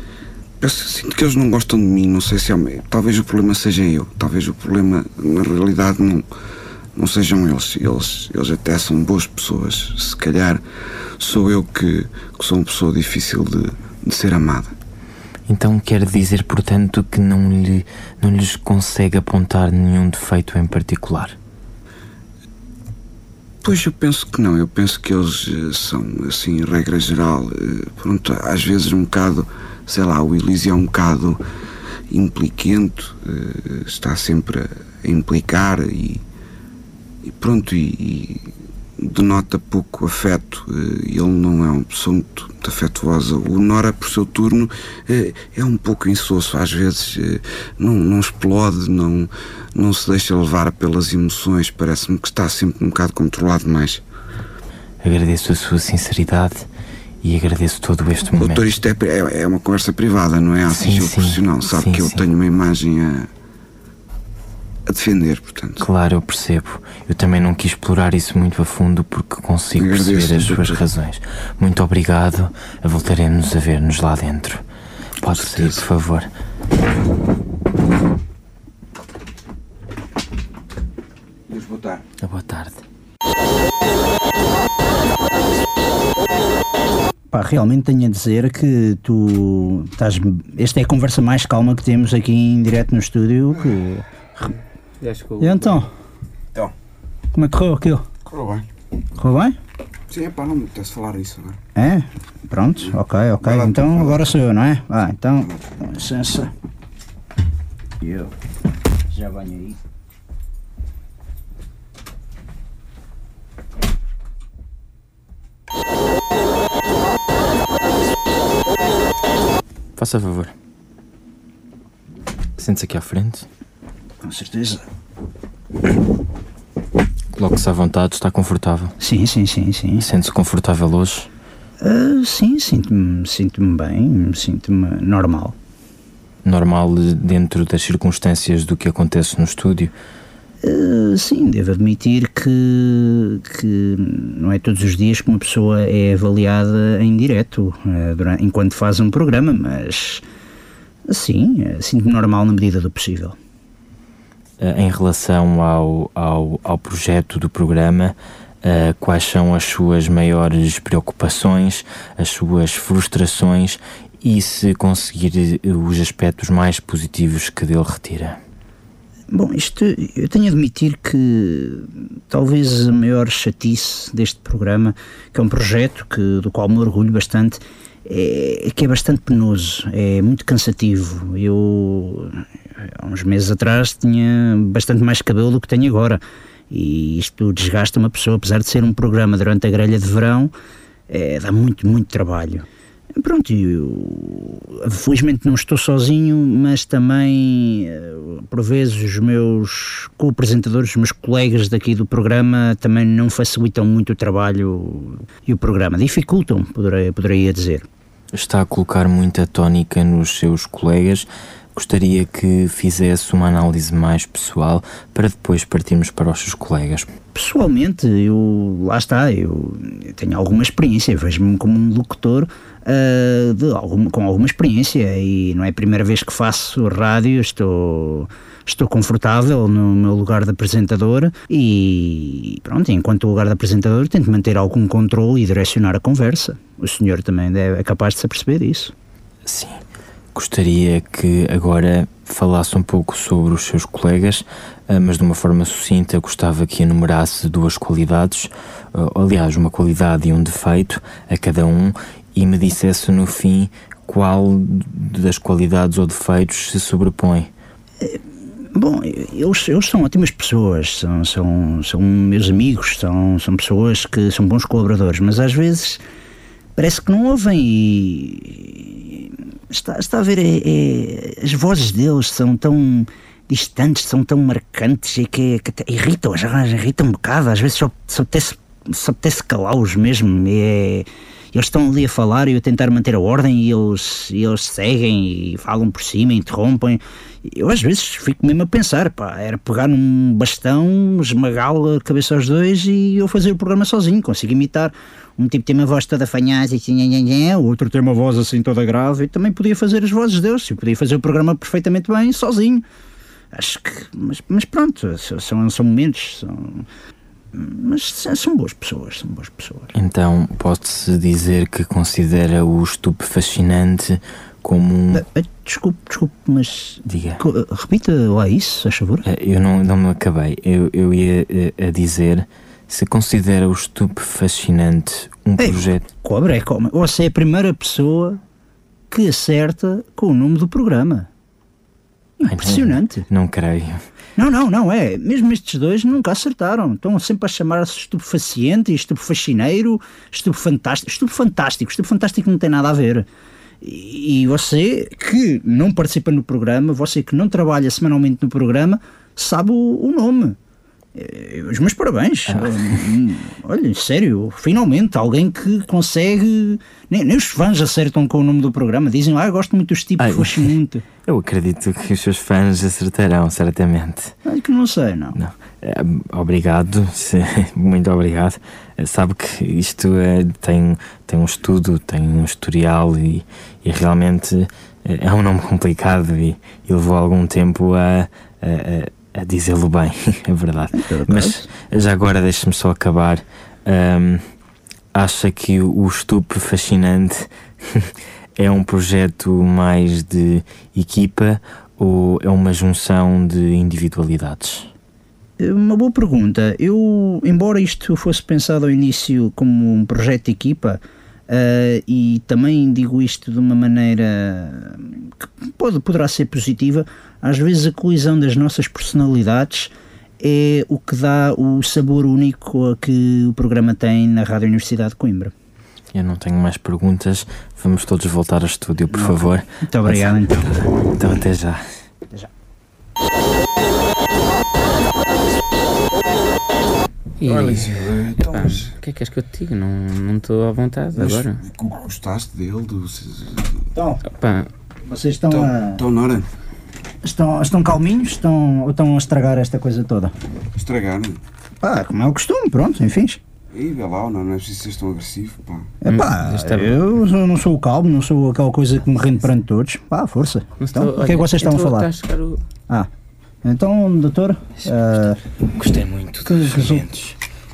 Speaker 4: Eu sinto que eles não gostam de mim, não sei se é o meu. Talvez o problema seja eu. Talvez o problema, na realidade, não, não sejam eles. eles. Eles até são boas pessoas. Se calhar sou eu que, que sou uma pessoa difícil de, de ser amada.
Speaker 10: Então quer dizer, portanto, que não, lhe, não lhes consegue apontar nenhum defeito em particular.
Speaker 4: Pois eu penso que não, eu penso que eles eh, são, assim, em regra geral, eh, pronto, às vezes um bocado, sei lá, o Elísio é um bocado impliquente, eh, está sempre a a implicar e, e pronto, e, e denota pouco afeto, eh, ele não é uma pessoa muito, muito afetuosa. O Nora, por seu turno, eh, é um pouco insosso, às vezes eh, não, não explode, não, não se deixa levar pelas emoções, parece-me que está sempre um bocado controlado demais.
Speaker 10: Agradeço a sua sinceridade e agradeço todo este momento.
Speaker 4: Doutor, isto é, pri- é, é uma conversa privada, não é? Assim,
Speaker 10: Sim,
Speaker 4: eu
Speaker 10: sim.
Speaker 4: profissional, sabe
Speaker 10: Sim,
Speaker 4: que eu
Speaker 10: sim.
Speaker 4: tenho uma imagem a, a defender, portanto.
Speaker 10: Claro, eu percebo. Eu também não quis explorar isso muito a fundo porque consigo
Speaker 4: Agradeço,
Speaker 10: perceber as suas
Speaker 4: doutor.
Speaker 10: razões. Muito obrigado. Voltaremos a ver-nos lá dentro. Pode sair, por favor.
Speaker 4: Deus, boa tarde.
Speaker 10: Boa tarde.
Speaker 2: Pá, realmente tenho a dizer que tu estás. Esta é a conversa mais calma que temos aqui em direto no estúdio. Que... E então?
Speaker 4: Então.
Speaker 2: Como é que correu aquilo?
Speaker 4: Correu bem.
Speaker 2: Correu bem?
Speaker 4: Sim, é pá, não me apetece falar isso agora.
Speaker 2: É? Pronto, ok, ok. Então agora sou eu, não é? Ah, então. Com licença. Eu. Já venho aí.
Speaker 10: Faça favor. Sente-se aqui à frente.
Speaker 2: Com certeza.
Speaker 10: Coloque-se à vontade, está confortável.
Speaker 2: Sim, sim, sim, sim.
Speaker 10: Sente-se confortável hoje.
Speaker 2: Ah, sim, sinto-me sinto bem, sinto-me normal.
Speaker 10: Normal eh, dentro das circunstâncias do que acontece no estúdio.
Speaker 2: Uh, sim, devo admitir que, que não é todos os dias que uma pessoa é avaliada em direto uh, dura- enquanto faz um programa, mas sim, uh, sinto-me normal na medida do possível.
Speaker 10: Eh, Em relação ao, ao, ao projeto do programa, eh, quais são as suas maiores preocupações, as suas frustrações e se conseguir eh, os aspectos mais positivos que dele retira?
Speaker 2: Bom, isto eu tenho a admitir que talvez a maior chatice deste programa, que é um projeto que, do qual me orgulho bastante, é, que é bastante penoso, é muito cansativo. Eu há uns meses atrás tinha bastante mais cabelo do que tenho agora. E isto desgasta uma pessoa, apesar de ser um programa durante a grelha de verão, eh, dá muito, muito trabalho. Pronto, eu felizmente não estou sozinho, mas também eh, por vezes os meus co-apresentadores, os meus colegas daqui do programa também não facilitam muito o trabalho e o programa, dificultam, poderei, poderia dizer.
Speaker 10: Está a colocar muita tónica nos seus colegas. Gostaria que fizesse uma análise mais pessoal para depois partirmos para os seus colegas.
Speaker 2: Pessoalmente, eu lá está, eu, eu tenho alguma experiência, eu vejo-me como um locutor ah, de alguma- com alguma experiência e não é a primeira vez que faço rádio, estou, estou confortável no meu lugar de apresentador e pronto, enquanto lugar de apresentador tento manter algum controle e direcionar a conversa. O senhor também deve- é capaz de se aperceber disso.
Speaker 10: Sim. Gostaria que agora falasse um pouco sobre os seus colegas, ah, mas de uma forma sucinta gostava que enumerasse duas qualidades, ah, aliás, uma qualidade e um defeito a cada um, e me dissesse no fim qual das qualidades ou defeitos se sobrepõe.
Speaker 2: Bom, eles, eles são ótimas pessoas, são, são, são meus amigos, são, são pessoas que são bons colaboradores, mas às vezes parece que não ouvem e. e Está, está a ver, é- é- as vozes deles são tão distantes, são tão marcantes e que, que até irritam, já irritam um bocado, às vezes só, só apetece, só apetece calá-los mesmo. E é- eles estão ali a falar e eu a tentar manter a ordem e eles, e eles seguem e falam por cima, interrompem. Eu às vezes fico mesmo a pensar, pá, era pegar num bastão, esmagá-lo a cabeça aos dois e eu fazer o programa sozinho, consigo imitar Um tipo tem uma voz toda fanhada, assim, nhan, nhan, nhan, o outro tem uma voz assim toda grave, e também podia fazer as vozes deles, e podia fazer o programa perfeitamente bem, sozinho. Acho que. Mas, mas pronto, são, são momentos, são. Mas são boas pessoas, são boas pessoas.
Speaker 10: Então, pode-se dizer que considera o estupe fascinante como um.
Speaker 2: Ah, Desculpe, desculpe, mas.
Speaker 10: Diga.
Speaker 2: co- ah, Repita lá isso, a favor.
Speaker 10: Eh, Eu não, não me acabei. Eu, eu ia eh, a dizer se considera o estupe fascinante um
Speaker 2: Ei,
Speaker 10: projeto.
Speaker 2: Cobra é como. Você é a primeira pessoa que acerta com o nome do programa.
Speaker 10: é
Speaker 2: Impressionante.
Speaker 10: Não creio.
Speaker 2: Não, não, não é. Mesmo estes dois nunca acertaram. Estão sempre a chamar-se estupefaciente, estupefascineiro, estupefantástico. Estupefantástico. Estupefantástico não tem nada a ver. E e você que não participa no programa, você que não trabalha semanalmente no programa, sabe o, o nome. Eh, Os meus parabéns. Hum, Olha, sério, finalmente alguém que consegue. Nem, nem os fãs acertam com o nome do programa. Dizem, ah, eu gosto muito dos tipos,
Speaker 10: Ai.
Speaker 2: foste muito.
Speaker 10: Eu acredito que os seus fãs acertarão, certamente.
Speaker 2: Olha que não sei, não.
Speaker 10: Não. Eh, Obrigado, se- muito obrigado. Eh, Sabe que isto é, tem, tem um estudo, tem um historial e, e realmente eh, é um nome complicado e, e levou algum tempo a, a- a- a dizê-lo bem, é verdade. Mas já agora deixe-me só acabar. Ahm, acha que o, o estupe fascinante é um projeto mais de equipa ou é uma junção de individualidades?
Speaker 2: Uma boa pergunta. Eu, embora isto fosse pensado ao início como um projeto de equipa, eh, e também digo isto de uma maneira hum, que pode, poderá ser positiva, às vezes a colisão das nossas personalidades é o que dá o sabor único a que o programa tem na Rádio Universidade de Coimbra.
Speaker 10: Eu não tenho mais perguntas. Vamos todos voltar ao estúdio, por favor.
Speaker 2: Muito obrigado, então.
Speaker 10: Então, até já.
Speaker 13: E,
Speaker 12: Olha, isso, eh, então,
Speaker 13: epá,
Speaker 12: mas-
Speaker 10: Ah.
Speaker 13: O que é que és que eu te diga? Não não estou à vontade
Speaker 12: Mas
Speaker 13: agora.
Speaker 4: Gostaste dele? Do...
Speaker 2: Então,
Speaker 13: Epá,
Speaker 2: vocês estão a.
Speaker 4: Então, Nora,
Speaker 2: Estão, estão calminhos? Estão, ou estão a estragar esta coisa toda?
Speaker 4: estragaram.
Speaker 2: Pá, como é o costume, pronto, enfim.
Speaker 4: E vê lá, não, não é preciso ser tão agressivo, pá.
Speaker 10: Hum,
Speaker 2: Epá,
Speaker 10: é
Speaker 4: Está bem.
Speaker 2: eu sou- não sou o calmo, não sou aquela coisa que me rende perante todos. Pá, força. Então, o que é que vocês estão a falar? Ah, então, doutor.
Speaker 10: Gostei muito
Speaker 2: que resul...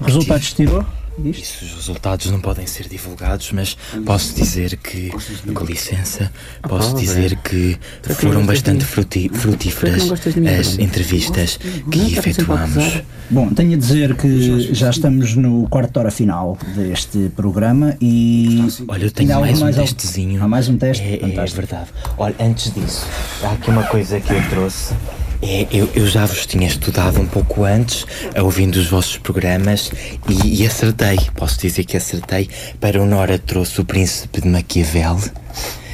Speaker 2: resultados tirou?
Speaker 10: Isso, os resultados não podem ser divulgados, mas posso dizer que, com licença, posso
Speaker 13: Paulo,
Speaker 10: dizer que
Speaker 13: Tu é que não
Speaker 10: foram
Speaker 13: gostas
Speaker 10: bastante
Speaker 13: de mim?
Speaker 10: fruti-
Speaker 13: Tu é que
Speaker 10: frutíferas
Speaker 13: não gostas de mim,
Speaker 10: as
Speaker 13: Bruno?
Speaker 10: entrevistas que
Speaker 13: Não, é estás sempre a
Speaker 10: efetuamos.
Speaker 13: acusar.
Speaker 2: Bom, tenho a dizer que já estamos no quarto de hora final deste programa e.
Speaker 10: Olha, eu
Speaker 2: Ainda
Speaker 10: tenho
Speaker 2: há
Speaker 10: mais um
Speaker 2: algum-
Speaker 10: testezinho. Há
Speaker 2: mais um teste?
Speaker 10: É, é verdade. Olha, antes disso, há aqui uma coisa que eu trouxe. É, eu, eu já vos tinha estudado um pouco antes, a ouvindo os vossos programas, e, e acertei. Posso dizer que acertei. Para o Nora trouxe o Príncipe de Maquiavel.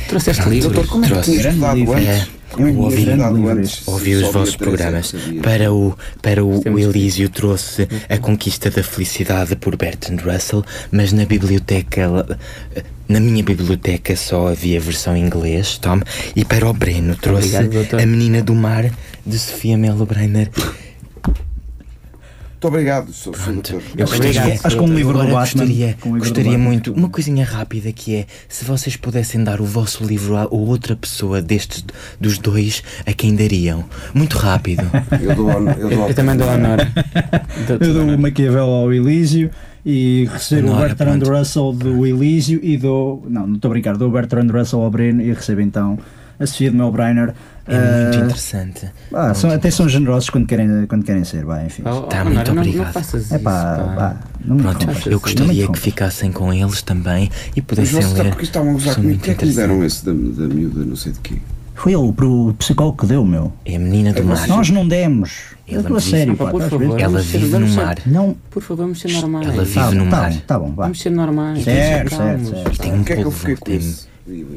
Speaker 13: Trouxeste
Speaker 10: Pronto,
Speaker 13: livro? Doutor, como é que
Speaker 10: trouxe.
Speaker 13: tinha estudado
Speaker 10: É,
Speaker 13: antes?
Speaker 10: eu
Speaker 13: Eu
Speaker 10: ouvi,
Speaker 13: tinha estudado antes.
Speaker 10: ouvi os
Speaker 13: Só
Speaker 10: vossos
Speaker 13: havia três é que
Speaker 10: programas.
Speaker 13: sabia.
Speaker 10: Para o, para o, o Elísio trouxe A Conquista da Felicidade por Bertrand Russell, mas na biblioteca, ela- na minha biblioteca só havia a versão em inglês, Tom. E para o Breno trouxe
Speaker 13: Obrigado, doutor.
Speaker 10: A Menina do Mar de Sofia Melo Brenner.
Speaker 4: Muito obrigado, Sr. Doutor.
Speaker 10: Eu gostaria, agora gostaria,
Speaker 4: Com o livro do
Speaker 10: gostaria
Speaker 4: Batman.
Speaker 10: muito, uma coisinha rápida que é, se vocês pudessem dar o vosso livro a outra pessoa destes, dos dois, a quem dariam? Muito rápido.
Speaker 4: Eu dou ao- eu dou ao- Eu também dou ao Honor.
Speaker 2: Eu dou o Maquiavel ao Elísio e recebo o
Speaker 10: Nora,
Speaker 2: Bertrand Russell do Elísio e dou. Não, não estou a brincar, dou o Bertrand Russell ao Breno e recebo então a Sofia de Melbrenner.
Speaker 10: É muito interessante.
Speaker 2: Eh, Ah, são- até são generosos quando querem, quando querem ser, vai, enfim.
Speaker 10: Tá, muito obrigado.
Speaker 2: Epá, pá, não me
Speaker 10: Pronto,
Speaker 2: interrompas.
Speaker 10: eu
Speaker 2: Não me
Speaker 10: gostaria que
Speaker 2: interrompas.
Speaker 10: ficassem com eles também e
Speaker 4: Mas
Speaker 10: pudessem
Speaker 4: vocês
Speaker 10: ler.
Speaker 4: estão, porque estavam a gozar
Speaker 10: São
Speaker 4: comigo.
Speaker 10: muito
Speaker 4: Porquê é que me deram esse da, da miúda, não sei de
Speaker 2: É
Speaker 4: quê?
Speaker 2: Foi ele, pro psicólogo que deu, meu.
Speaker 10: É a menina do mar.
Speaker 2: Nós não demos.
Speaker 10: Ela
Speaker 2: eu estou a
Speaker 10: vive-
Speaker 2: sério,
Speaker 10: Pá,
Speaker 2: pá,
Speaker 10: por
Speaker 2: estás a
Speaker 10: favor,
Speaker 2: ver?
Speaker 10: Ela vamos ser- vive vamos no ser- mar.
Speaker 2: Não.
Speaker 13: Por favor, vamos ser normais.
Speaker 10: Ela vive no
Speaker 2: tá,
Speaker 10: mar.
Speaker 2: bom, Tá bom, vá.
Speaker 13: Vamos ser normais.
Speaker 2: Certo,
Speaker 13: vamos
Speaker 2: certo,
Speaker 13: ser
Speaker 4: é
Speaker 13: calmos.
Speaker 2: certo.
Speaker 10: Tem um polvo, tem,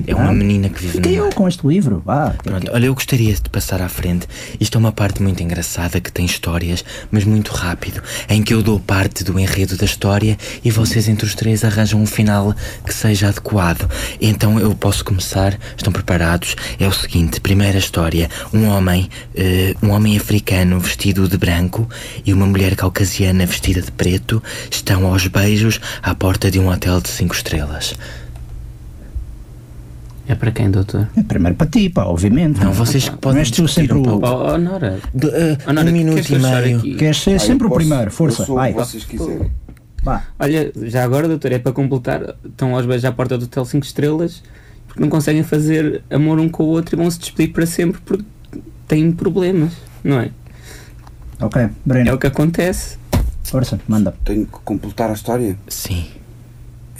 Speaker 10: É uma menina que vive
Speaker 2: Fiquei
Speaker 10: no
Speaker 2: eu é com este livro. Ah,
Speaker 10: Pronto, olha, eu gostaria de passar à frente. Isto é uma parte muito engraçada que tem histórias, mas muito rápido, em que eu dou parte do enredo da história e vocês entre os três arranjam um final que seja adequado. Então eu posso começar? Estão preparados? É o seguinte, primeira história, um homem, eh, um homem africano vestido de branco e uma mulher caucasiana vestida de preto estão aos beijos à porta de um hotel de cinco estrelas.
Speaker 13: É para quem, doutor?
Speaker 2: Primeiro para ti, pá, obviamente.
Speaker 13: Não, vocês que podem
Speaker 2: Mas tu
Speaker 13: discutir
Speaker 2: sempre
Speaker 13: um
Speaker 2: o.
Speaker 13: pouco. Oh, oh, Nora.
Speaker 10: eh,
Speaker 13: Oh,
Speaker 2: um
Speaker 13: Nora,
Speaker 2: minuto
Speaker 13: queres
Speaker 2: e
Speaker 13: deixar
Speaker 2: meio.
Speaker 13: aqui?
Speaker 2: Queres ser Ah, eu sempre o posso- primeiro, eu força, sou o vai. que vocês
Speaker 4: quiserem.
Speaker 3: Olha, já agora, doutor, é para completar. Estão aos beijos à porta do hotel 5 estrelas porque não conseguem fazer amor um com o outro e vão se despedir para sempre porque têm problemas, não é?
Speaker 2: Ok, Breno.
Speaker 3: É o que acontece.
Speaker 2: Força, manda.
Speaker 4: Tenho que completar a história?
Speaker 10: Sim.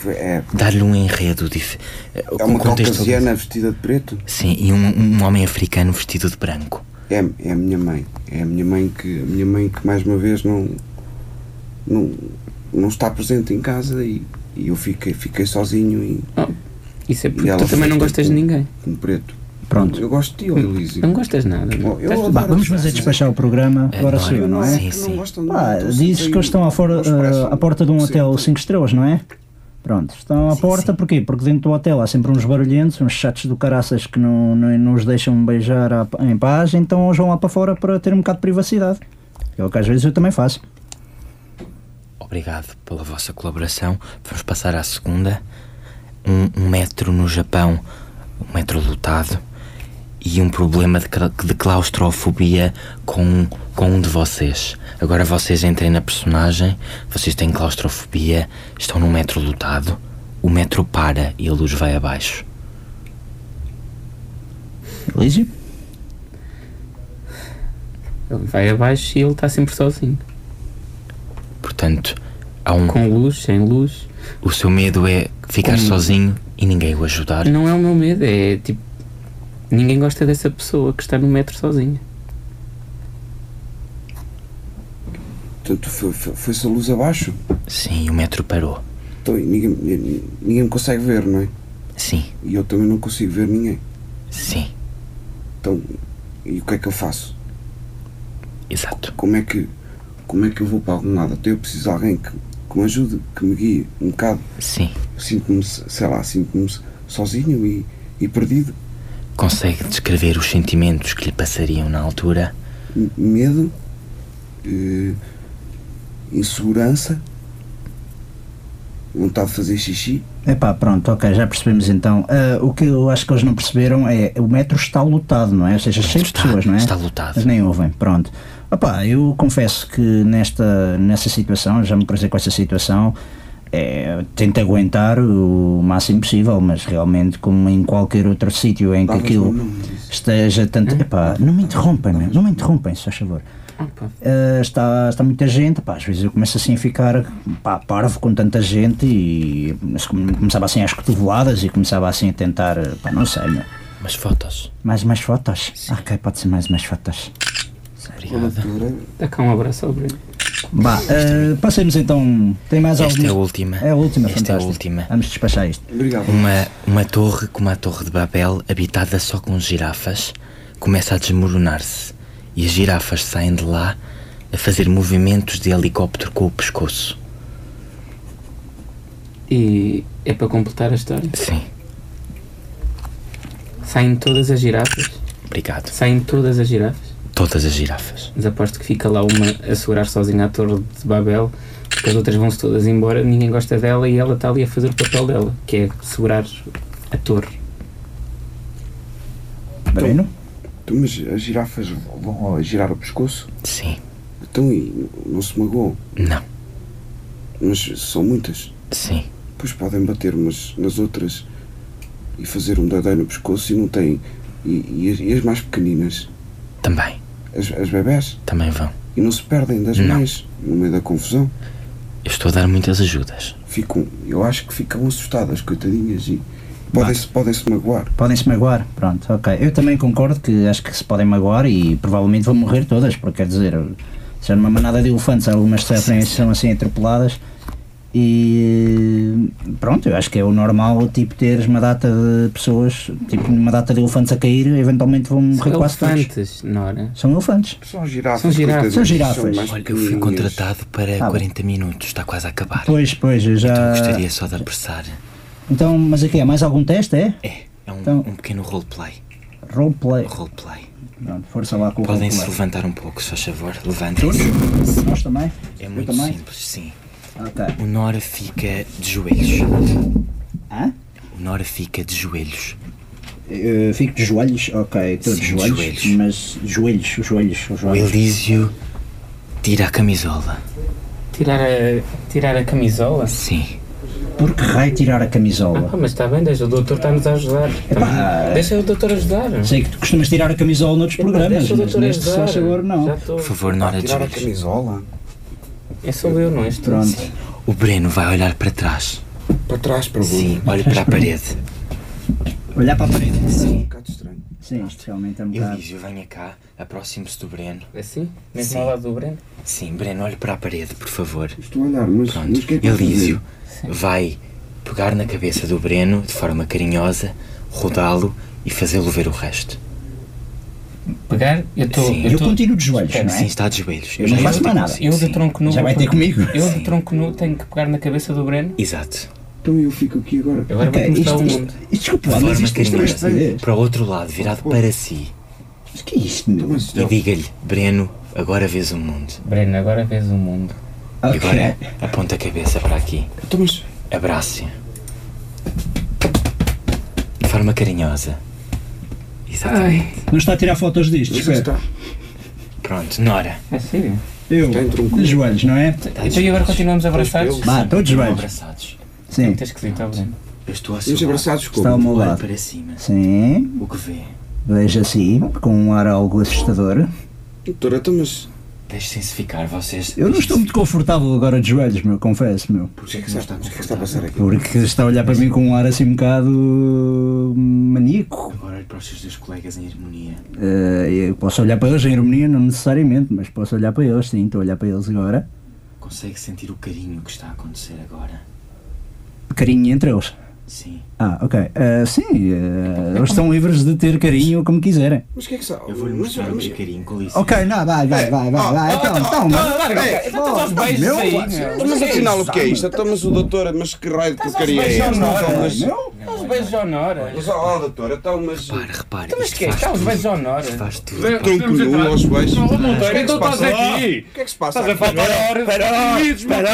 Speaker 4: É,
Speaker 10: Dar-lhe um enredo dif...
Speaker 4: é uma caucasiana vestida de preto?
Speaker 10: Sim, e um, um homem africano vestido de branco.
Speaker 4: É, é a minha mãe. É a minha mãe que, a minha mãe que mais uma vez não, não, não está presente em casa e, e eu fiquei, fiquei sozinho e.
Speaker 3: Isso é
Speaker 4: porque
Speaker 3: tu também não gostas de ninguém.
Speaker 4: Com preto.
Speaker 2: Pronto.
Speaker 4: Eu gosto de ti, ó, Elísio.
Speaker 3: Não é? gostas nada.
Speaker 4: Eu, eu
Speaker 2: Bah,
Speaker 4: adoro
Speaker 2: vamos fazer despachar o programa. Agora
Speaker 4: Adoro.
Speaker 2: sou eu, não é?
Speaker 4: Sim, sim.
Speaker 2: Pá,
Speaker 4: então
Speaker 2: dizes que eles estão à, fora, ah, à porta de um hotel 5 estrelas, não é? Pronto, estão à porta porquê? Porque dentro do hotel há sempre uns barulhentos, uns chatos do caraças que não, não, não os deixam beijar à- em paz, então eles vão lá para fora para ter um bocado de privacidade. É o que às vezes eu também faço.
Speaker 10: Obrigado pela vossa colaboração. Vamos passar à segunda. Um, um metro no Japão, um metro lotado e um problema de, cla- de claustrofobia com, um- com um de vocês. Agora vocês entrem na personagem, vocês têm claustrofobia, estão num metro lotado, o metro para e a luz vai abaixo.
Speaker 2: Elísio?
Speaker 3: Ele vai abaixo e ele está sempre sozinho.
Speaker 10: Portanto, há um.
Speaker 3: Com luz, sem luz.
Speaker 10: O seu medo é ficar
Speaker 3: Com-
Speaker 10: sozinho e ninguém o ajudar.
Speaker 3: Não é o meu medo, é tipo. Ninguém gosta dessa pessoa que está no metro sozinha.
Speaker 4: Portanto, foi- foi- foi-se a luz abaixo?
Speaker 10: Sim, o metro parou.
Speaker 4: Então, e ninguém, e- ninguém me consegue ver, não é?
Speaker 10: Sim.
Speaker 4: E eu também não consigo ver ninguém.
Speaker 10: Sim.
Speaker 4: Então, e o que é que eu faço?
Speaker 10: Exato.
Speaker 4: Como é que, como é que eu vou para algum lado? Até eu preciso de alguém que, que me ajude, que me guie um bocado.
Speaker 10: Sim.
Speaker 4: Sinto-me, sei lá, sinto-me sozinho e, e perdido.
Speaker 10: Consegue descrever os sentimentos que lhe passariam na altura?
Speaker 4: M- Medo, eh, insegurança, vontade de fazer xixi.
Speaker 2: Epá, pronto, ok, já percebemos então. Ah, o que eu acho que eles não perceberam é o metro está lotado, não é? Ou seja, cheio de pessoas, não é?
Speaker 10: está lotado.
Speaker 2: Mas nem ouvem, pronto. Epá, eu confesso que nesta, nessa situação, já me cruzei com essa situação, é, tento aguentar o máximo possível, mas realmente, como em qualquer outro sítio em que é
Speaker 11: Davas-me o
Speaker 2: aquilo
Speaker 11: nome
Speaker 2: esteja tanto. Epá, não me interrompem, meu, não me interrompem, se faz favor. Uh, está, está muita gente, pá, às vezes eu começo assim a ficar pá, parvo com tanta gente e mas come- começava assim às cotoveladas e começava assim a tentar, pá, não sei, meu.
Speaker 10: Mas fotos.
Speaker 2: Mais mais fotos? Ok, pode ser mais mais fotos.
Speaker 3: Dá cá um abraço ao Bruno.
Speaker 2: Bah, uh, passemos então. Tem mais
Speaker 10: Esta
Speaker 2: alguns?
Speaker 10: é a última.
Speaker 2: É a última,
Speaker 10: Esta é a
Speaker 2: fantástica.
Speaker 10: última.
Speaker 2: Vamos despachar isto.
Speaker 10: Uma, uma torre como a Torre de Babel, habitada só com girafas, começa a desmoronar-se e as girafas saem de lá a fazer movimentos de helicóptero com o pescoço.
Speaker 3: E é para completar a história?
Speaker 10: Sim.
Speaker 3: Saem todas as girafas?
Speaker 10: Obrigado.
Speaker 3: Saem todas as girafas?
Speaker 10: Todas as girafas.
Speaker 3: Mas aposto que fica lá uma a segurar sozinha a torre de Babel, porque as outras vão-se todas embora, ninguém gosta dela e ela está ali a fazer o papel dela, que é segurar a torre.
Speaker 2: Breno?
Speaker 4: Então, mas as girafas vão a girar o pescoço?
Speaker 10: Sim.
Speaker 4: Então e não se magoam?
Speaker 10: Não.
Speaker 4: Mas são muitas?
Speaker 10: Sim.
Speaker 4: Pois podem bater umas nas outras e fazer um dadai no pescoço e não têm. E, e as, e as mais pequeninas?
Speaker 10: Também.
Speaker 4: As, as bebés?
Speaker 10: Também vão.
Speaker 4: E não se perdem das
Speaker 10: Não.
Speaker 4: mães no meio da confusão?
Speaker 10: Eu estou a dar muitas ajudas.
Speaker 4: Ficam, eu acho que ficam assustadas, coitadinhas, e podem-se podem -se magoar.
Speaker 2: Podem-se magoar, pronto, ok. Eu também concordo que acho que se podem magoar e provavelmente vão morrer todas, porque quer dizer, se é numa manada de elefantes, algumas sofrem são assim atropeladas E pronto, eu acho que é o normal, tipo, teres uma data de pessoas, tipo, uma data de elefantes a cair, eventualmente vão morrer quase todos.
Speaker 3: elefantes, não era?
Speaker 2: São elefantes.
Speaker 4: São girafas.
Speaker 2: São girafas. São girafas.
Speaker 10: Olha, eu fui contratado
Speaker 2: Tá
Speaker 10: para 40 minutos, está quase a acabar.
Speaker 2: Pois, pois, eu já.
Speaker 10: Então gostaria só de apressar.
Speaker 2: Então, mas aqui é mais algum teste, é?
Speaker 10: É, é um,
Speaker 2: Então- é.
Speaker 10: um pequeno roleplay.
Speaker 2: Roleplay.
Speaker 10: Roleplay.
Speaker 2: Pronto, força lá com o
Speaker 10: Podem se
Speaker 2: roleplay.
Speaker 10: levantar um pouco, se faz favor.
Speaker 2: Todos?
Speaker 10: Levantem-se.
Speaker 2: Nós também?
Speaker 10: É
Speaker 2: Eu
Speaker 10: muito
Speaker 2: também?
Speaker 10: simples, sim.
Speaker 2: Ok.
Speaker 10: O Nora fica de joelhos.
Speaker 2: Hã?
Speaker 10: O Nora fica de joelhos.
Speaker 2: Eh, fico de joelhos, ok, estou de
Speaker 10: Sim, de
Speaker 2: joelhos,
Speaker 10: joelhos.
Speaker 2: mas joelhos, joelhos, os
Speaker 10: O
Speaker 2: joelhos.
Speaker 10: Elísio tira a camisola.
Speaker 13: Tirar a, tirar a camisola?
Speaker 10: Sim.
Speaker 2: Por que raio tirar a camisola?
Speaker 13: Ah, mas
Speaker 3: tá
Speaker 13: está bem, deixa, o doutor está-nos a ajudar. Tá- deixa o doutor ajudar.
Speaker 2: Sei que tu costumas tirar a camisola noutros programas,
Speaker 13: Então deixa o
Speaker 2: mas
Speaker 13: doutor
Speaker 2: neste só
Speaker 13: ajudar.
Speaker 2: chegou não.
Speaker 10: Por favor,
Speaker 4: Ah,
Speaker 10: Nora, de joelhos.
Speaker 4: camisola?
Speaker 13: É só eu, não é?
Speaker 3: assim?
Speaker 2: Pronto.
Speaker 10: O Breno vai olhar para trás.
Speaker 4: Para trás, para o
Speaker 10: Sim, olha para a parede.
Speaker 2: Olhar para a parede.
Speaker 4: Um
Speaker 10: Sim.
Speaker 4: bocado estranho.
Speaker 2: Sim, isto realmente é um bocado.
Speaker 10: Elísio, venha cá, aproxime-se do Breno.
Speaker 3: É
Speaker 13: Assim? Mesmo
Speaker 10: Sim.
Speaker 13: ao lado do Breno?
Speaker 10: Sim, Breno, olhe para a parede, por favor.
Speaker 4: Estou a olhar, mas, mas o
Speaker 10: Pronto,
Speaker 4: que é que
Speaker 10: Elísio
Speaker 13: Sim.
Speaker 10: vai pegar na cabeça do Breno de forma carinhosa, rodá-lo e fazê-lo ver o resto.
Speaker 13: Pegar, eu estou.
Speaker 10: Sim.
Speaker 13: Eu,
Speaker 2: Eu
Speaker 13: tô-
Speaker 2: continuo de joelhos, não
Speaker 10: Sim,
Speaker 2: é?
Speaker 10: está de joelhos.
Speaker 2: Eu não faço mais nada.
Speaker 10: consigo,
Speaker 13: eu
Speaker 10: assim, sim.
Speaker 13: de tronco nu.
Speaker 2: Já vai ter comigo.
Speaker 13: Eu
Speaker 10: Sim.
Speaker 13: de tronco nu tenho que pegar na cabeça do Breno.
Speaker 10: Exato.
Speaker 4: Então eu fico aqui agora.
Speaker 13: Agora
Speaker 2: Ok,
Speaker 13: vai começar
Speaker 2: isto,
Speaker 13: o
Speaker 2: isto,
Speaker 13: mundo.
Speaker 2: isto, desculpa lá,
Speaker 10: De
Speaker 2: mas
Speaker 10: forma
Speaker 2: isto, isto, isto,
Speaker 10: carinhosa,
Speaker 2: isto,
Speaker 10: para o outro lado, virado para si.
Speaker 2: isto, que é isto, meu?
Speaker 4: Mas
Speaker 10: E
Speaker 4: isto-
Speaker 10: diga-lhe, Breno, agora vês o mundo.
Speaker 13: Breno, agora vês o mundo.
Speaker 10: E
Speaker 2: Ok.
Speaker 10: agora aponta a cabeça para aqui.
Speaker 4: Então, mas
Speaker 10: Abrace-a. De forma carinhosa. Exatamente.
Speaker 2: Não está a tirar fotos disto,
Speaker 4: mas
Speaker 2: espera.
Speaker 4: está.
Speaker 10: Pronto, Nora.
Speaker 13: É sério?
Speaker 2: Eu,
Speaker 4: Está entre um cu.
Speaker 2: de joelhos, não é?
Speaker 13: Então e agora continuamos abraçados?
Speaker 2: Vá, estou de joelhos.
Speaker 10: Abraçados.
Speaker 2: Sim,
Speaker 13: Muito esquisito, ó Breno.
Speaker 10: Eu estou a
Speaker 4: E os abraçados
Speaker 2: está ao
Speaker 4: como?
Speaker 2: meu
Speaker 10: Olha
Speaker 2: lado.
Speaker 10: para cima.
Speaker 2: Sim,
Speaker 10: O que vê?
Speaker 2: vejo assim, com um ar algo assustador.
Speaker 4: Doutora, então, mas
Speaker 10: Deixem-se ficar, vocês.
Speaker 2: Eu não estou muito confortável agora de joelhos, meu, confesso, meu.
Speaker 4: o que é que está, mas o que é que está a passar aqui?
Speaker 2: Porque está a olhar para mim com um ar assim um bocado hum, maníaco.
Speaker 10: Agora olhe para os seus dois colegas em harmonia.
Speaker 2: Eh, eu posso olhar para eles em harmonia, não necessariamente, mas posso olhar para eles, sim, estou a olhar para eles agora.
Speaker 10: Consegue sentir o carinho que está a acontecer agora?
Speaker 2: Carinho entre eles.
Speaker 10: Sim.
Speaker 2: Ah, ok. Eh, sim, eh, eles estão livres de ter carinho como quiserem.
Speaker 4: Mas o que é que está?
Speaker 10: Eu vou-lhe
Speaker 4: Mas-
Speaker 10: mostrar o
Speaker 4: mas-
Speaker 10: meu carinho com licença.
Speaker 2: Ok, não, vai, vai, vai, vai, vai. Então, então,
Speaker 4: Ei, então
Speaker 13: Beijos
Speaker 2: meu,
Speaker 13: aí,
Speaker 2: vai.
Speaker 13: meu.
Speaker 4: Mas afinal, o que é isto? Então, mas o doutor, mas que raio de porcaria
Speaker 2: um
Speaker 4: é esta? Então, mas-
Speaker 13: Dá uns beijos ao Nora.
Speaker 4: Mas, ó, ó, doutora, então, mas...
Speaker 10: Repare, repare.
Speaker 13: Mas
Speaker 10: isto
Speaker 13: que é?
Speaker 10: faz
Speaker 13: Dá uns
Speaker 10: tudo.
Speaker 13: beijos ao Nora.
Speaker 10: Isto faz tudo. pá.
Speaker 14: Podemos
Speaker 4: Tronco nu
Speaker 14: entrar?
Speaker 4: aos beijos.
Speaker 14: Não,
Speaker 4: O é
Speaker 14: Monteiro, então estás aqui!
Speaker 4: que é que se passa
Speaker 14: Estás a
Speaker 4: aqui?
Speaker 14: falar para Espera! Espera!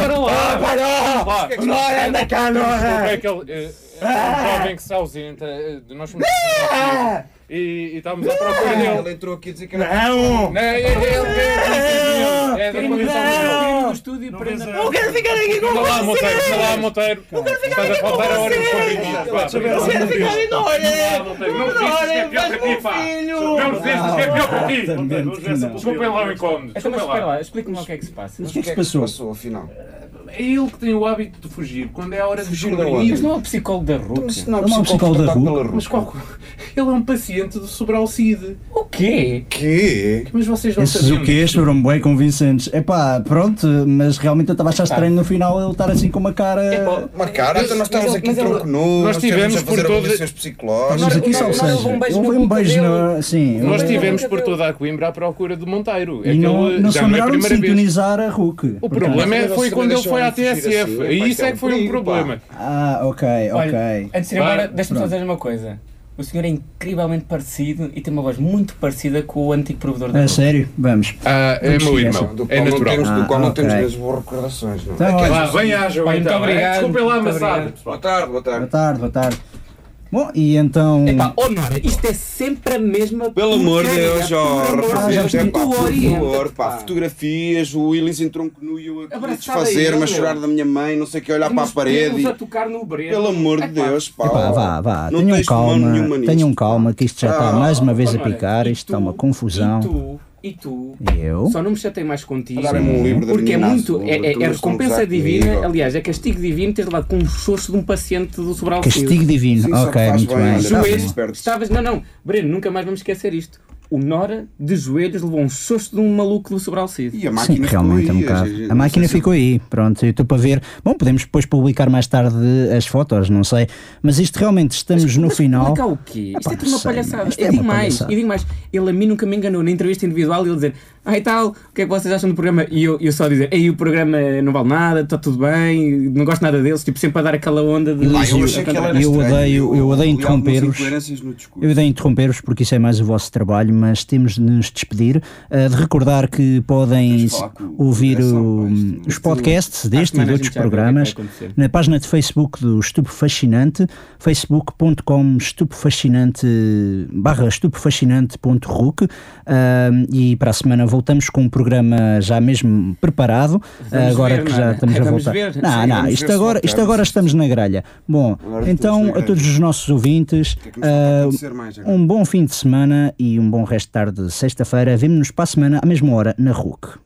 Speaker 14: Para lá! Para lá! Nora, anda cá, Nora! É aquele eh, é um jovem que se ausenta. eh, Nós somos... E, e estávamos à procura dele.
Speaker 4: Ele entrou aqui a dizer que era...
Speaker 14: Não, é ele, é ele, é ele, é da condição dele.
Speaker 13: Vem no estúdio e prenda.
Speaker 14: Anda lá, Monteiro, anda lá, Monteiro. Estás a faltar a hora dos comprimidos. pá. Anda lá, Monteiro, Não resistas, que é pior para ti, pá. Não resistas, que é pior para ti. Desculpem lá o incómodo,
Speaker 13: Então, mas
Speaker 14: desculpem
Speaker 13: espera
Speaker 14: lá.
Speaker 13: lá, explica-me lá o que é que se passa.
Speaker 2: O que é que se passou?
Speaker 4: Passou, afinal.
Speaker 14: É ele que tem o hábito de fugir quando é a hora de
Speaker 4: Fugir da
Speaker 14: comprimidos.
Speaker 13: Mas não é o psicólogo da RUC?
Speaker 4: Mas não,
Speaker 2: Ele não é um psicólogo da rua?
Speaker 14: Mas qual? Ele é um paciente do Sobral Cid.
Speaker 13: O quê?
Speaker 4: Quê?
Speaker 14: Mas vocês não
Speaker 2: Esses
Speaker 14: sabiam.
Speaker 2: o quê? Foram bem convincentes. Epá, pronto, mas realmente eu estava a achar estranho no final ele estar assim com uma cara.
Speaker 4: Uma cara, então nós estávos aqui tronco nu,
Speaker 14: Nós tivemos
Speaker 4: a fazer
Speaker 14: por todas-
Speaker 4: avaliações psicológicas.
Speaker 2: Estamos aqui só, ou
Speaker 13: Nós- nós
Speaker 2: seja,
Speaker 13: um beijo
Speaker 2: houve
Speaker 13: na
Speaker 2: um
Speaker 13: boca
Speaker 2: beijo
Speaker 13: dele.
Speaker 2: na. Sim,
Speaker 14: Nós
Speaker 2: houve-
Speaker 14: estivemos por toda a Coimbra à procura do Monteiro.
Speaker 2: E não,
Speaker 14: Aquele-
Speaker 2: não se
Speaker 14: já não é a
Speaker 2: lembraram de
Speaker 14: primeira vez.
Speaker 2: sintonizar a Hulk.
Speaker 14: O problema é,
Speaker 4: Mas
Speaker 14: foi
Speaker 4: você
Speaker 14: quando ele
Speaker 4: deixou
Speaker 14: foi à
Speaker 4: ele fugir
Speaker 14: TSF.
Speaker 4: assim,
Speaker 14: e
Speaker 4: vai
Speaker 14: isso
Speaker 4: ter
Speaker 14: é que
Speaker 4: um
Speaker 14: foi um
Speaker 4: perigo,
Speaker 14: problema.
Speaker 2: Ah, ok,
Speaker 13: Olha,
Speaker 2: ok.
Speaker 13: antes de ir
Speaker 14: Vai.
Speaker 13: embora, deixa-me só
Speaker 2: Pronto.
Speaker 13: dizer uma coisa. O senhor é incrivelmente parecido e tem uma voz muito parecida com o antigo provedor da
Speaker 2: A
Speaker 13: RUC.
Speaker 2: É sério? Vamos.
Speaker 14: Ah, é
Speaker 2: Vamos
Speaker 14: meu
Speaker 2: esquecer.
Speaker 14: irmão.
Speaker 4: Do qual
Speaker 14: É
Speaker 4: não
Speaker 14: natural.
Speaker 4: temos, do
Speaker 2: Ah,
Speaker 4: qual não temos
Speaker 2: ok.
Speaker 4: mesmo boas recordações, não é?
Speaker 2: Então, olha,
Speaker 14: Lá, vem à João
Speaker 13: Muito
Speaker 14: então.
Speaker 13: obrigado,
Speaker 14: Desculpem lá,
Speaker 13: muito
Speaker 14: amassado.
Speaker 13: obrigado.
Speaker 4: Boa tarde, boa
Speaker 2: boa
Speaker 4: tarde.
Speaker 2: tarde, boa tarde. Bom, e então.
Speaker 13: Epá, oh Nora, isto é sempre a mesma
Speaker 4: Pelo amor de
Speaker 13: porcaria.
Speaker 4: Deus, ó,
Speaker 13: Por amor de Deus,
Speaker 4: rapaz, é pá,
Speaker 13: tu
Speaker 4: por
Speaker 13: orienta,
Speaker 4: favor,
Speaker 13: pá.
Speaker 4: pá, fotografias, o Willis em tronco nu e eu aqui a
Speaker 13: Abraçada
Speaker 4: desfazer-me, a
Speaker 13: ele,
Speaker 4: chorar
Speaker 13: meu.
Speaker 4: da minha mãe, não sei o que, olhar para a
Speaker 13: Nos pelos
Speaker 4: parede.
Speaker 13: a tocar no breno.
Speaker 4: Pelo amor de
Speaker 13: Epá,
Speaker 4: Deus, pá.
Speaker 2: Epá,
Speaker 4: ó,
Speaker 2: vá, vá,
Speaker 4: não
Speaker 2: tenham
Speaker 4: tens mão
Speaker 2: calma,
Speaker 4: nenhuma nisto.
Speaker 2: tenham calma, que isto já está
Speaker 4: Ah,
Speaker 2: mais uma vez a
Speaker 13: Olha,
Speaker 2: picar,
Speaker 13: e
Speaker 2: isto
Speaker 13: tu,
Speaker 2: está uma confusão.
Speaker 13: E tu, e tu,
Speaker 2: E eu?
Speaker 3: Só não me chatei mais contigo.
Speaker 4: Darem-me um livro da
Speaker 3: Porque é
Speaker 4: menina
Speaker 3: muito.
Speaker 4: azul,
Speaker 3: É, é- é
Speaker 4: tu és
Speaker 3: recompensa
Speaker 4: tão
Speaker 3: divina,
Speaker 4: desacredível.
Speaker 3: aliás, é castigo divino ter levado com um choço de um paciente do Sobral Filho.
Speaker 2: Castigo divino,
Speaker 4: Sim, só que
Speaker 2: ok,
Speaker 4: faz
Speaker 2: muito
Speaker 4: bem,
Speaker 2: bem.
Speaker 4: olha,
Speaker 2: está
Speaker 4: não
Speaker 2: bom.
Speaker 4: é isto.
Speaker 3: Estavas. Não, não, Breno, nunca mais vamos esquecer isto.
Speaker 13: O Nora, de joelhos, levou um susto de um maluco do Sobral Cid.
Speaker 15: E a
Speaker 2: Sim, realmente é um bocado. A máquina ficou aí, pronto, eu estou para ver. Bom, podemos depois publicar mais tarde as fotos, não sei. Mas isto realmente estamos no final.
Speaker 13: Publicar o quê? Isto
Speaker 2: Epá,
Speaker 13: é tudo uma
Speaker 2: não sei,
Speaker 13: palhaçada.
Speaker 2: isto
Speaker 13: Eu
Speaker 2: é
Speaker 13: digo
Speaker 2: uma
Speaker 13: mais, eu
Speaker 2: palhaçada.
Speaker 13: digo mais. Ele a mim nunca me enganou na entrevista individual e ele dizer ai tal, o que é que vocês acham do programa? E eu, eu só dizer, ei, o programa não vale nada, está tudo bem, não gosto nada deles, tipo, sempre a dar aquela onda de.
Speaker 2: Elísio, eu odeio, eu odeio interromper-vos. Eu odeio interromper-vos porque isso é mais o vosso trabalho, mas temos de nos despedir. Ah, de recordar que podem ouvir o-
Speaker 4: é
Speaker 2: os podcasts deste e de
Speaker 13: management
Speaker 2: outros
Speaker 13: já vê o que é que vai
Speaker 2: programas
Speaker 13: acontecer.
Speaker 2: na página de Facebook do Estupo Fascinante, facebook.com estupefascinante barra estupefascinante.ruc e para a semana voltamos com um programa já mesmo preparado, Eh,
Speaker 4: Vamos
Speaker 2: agora
Speaker 4: ver,
Speaker 2: que
Speaker 4: não
Speaker 2: já
Speaker 4: é?
Speaker 2: estamos a
Speaker 4: Vamos
Speaker 2: voltar.
Speaker 4: ver.
Speaker 2: Não,
Speaker 4: Sim,
Speaker 2: não,
Speaker 4: vamos
Speaker 2: isto
Speaker 4: ver se
Speaker 2: agora,
Speaker 4: voltamos.
Speaker 2: isto agora estamos na grelha. Bom,
Speaker 4: Agora
Speaker 2: então
Speaker 4: estamos na
Speaker 2: a todos os nossos ouvintes,
Speaker 4: é
Speaker 2: ah, um bom fim de semana e um bom resto de tarde de sexta-feira. Vemo-nos para a semana à mesma hora na RUC.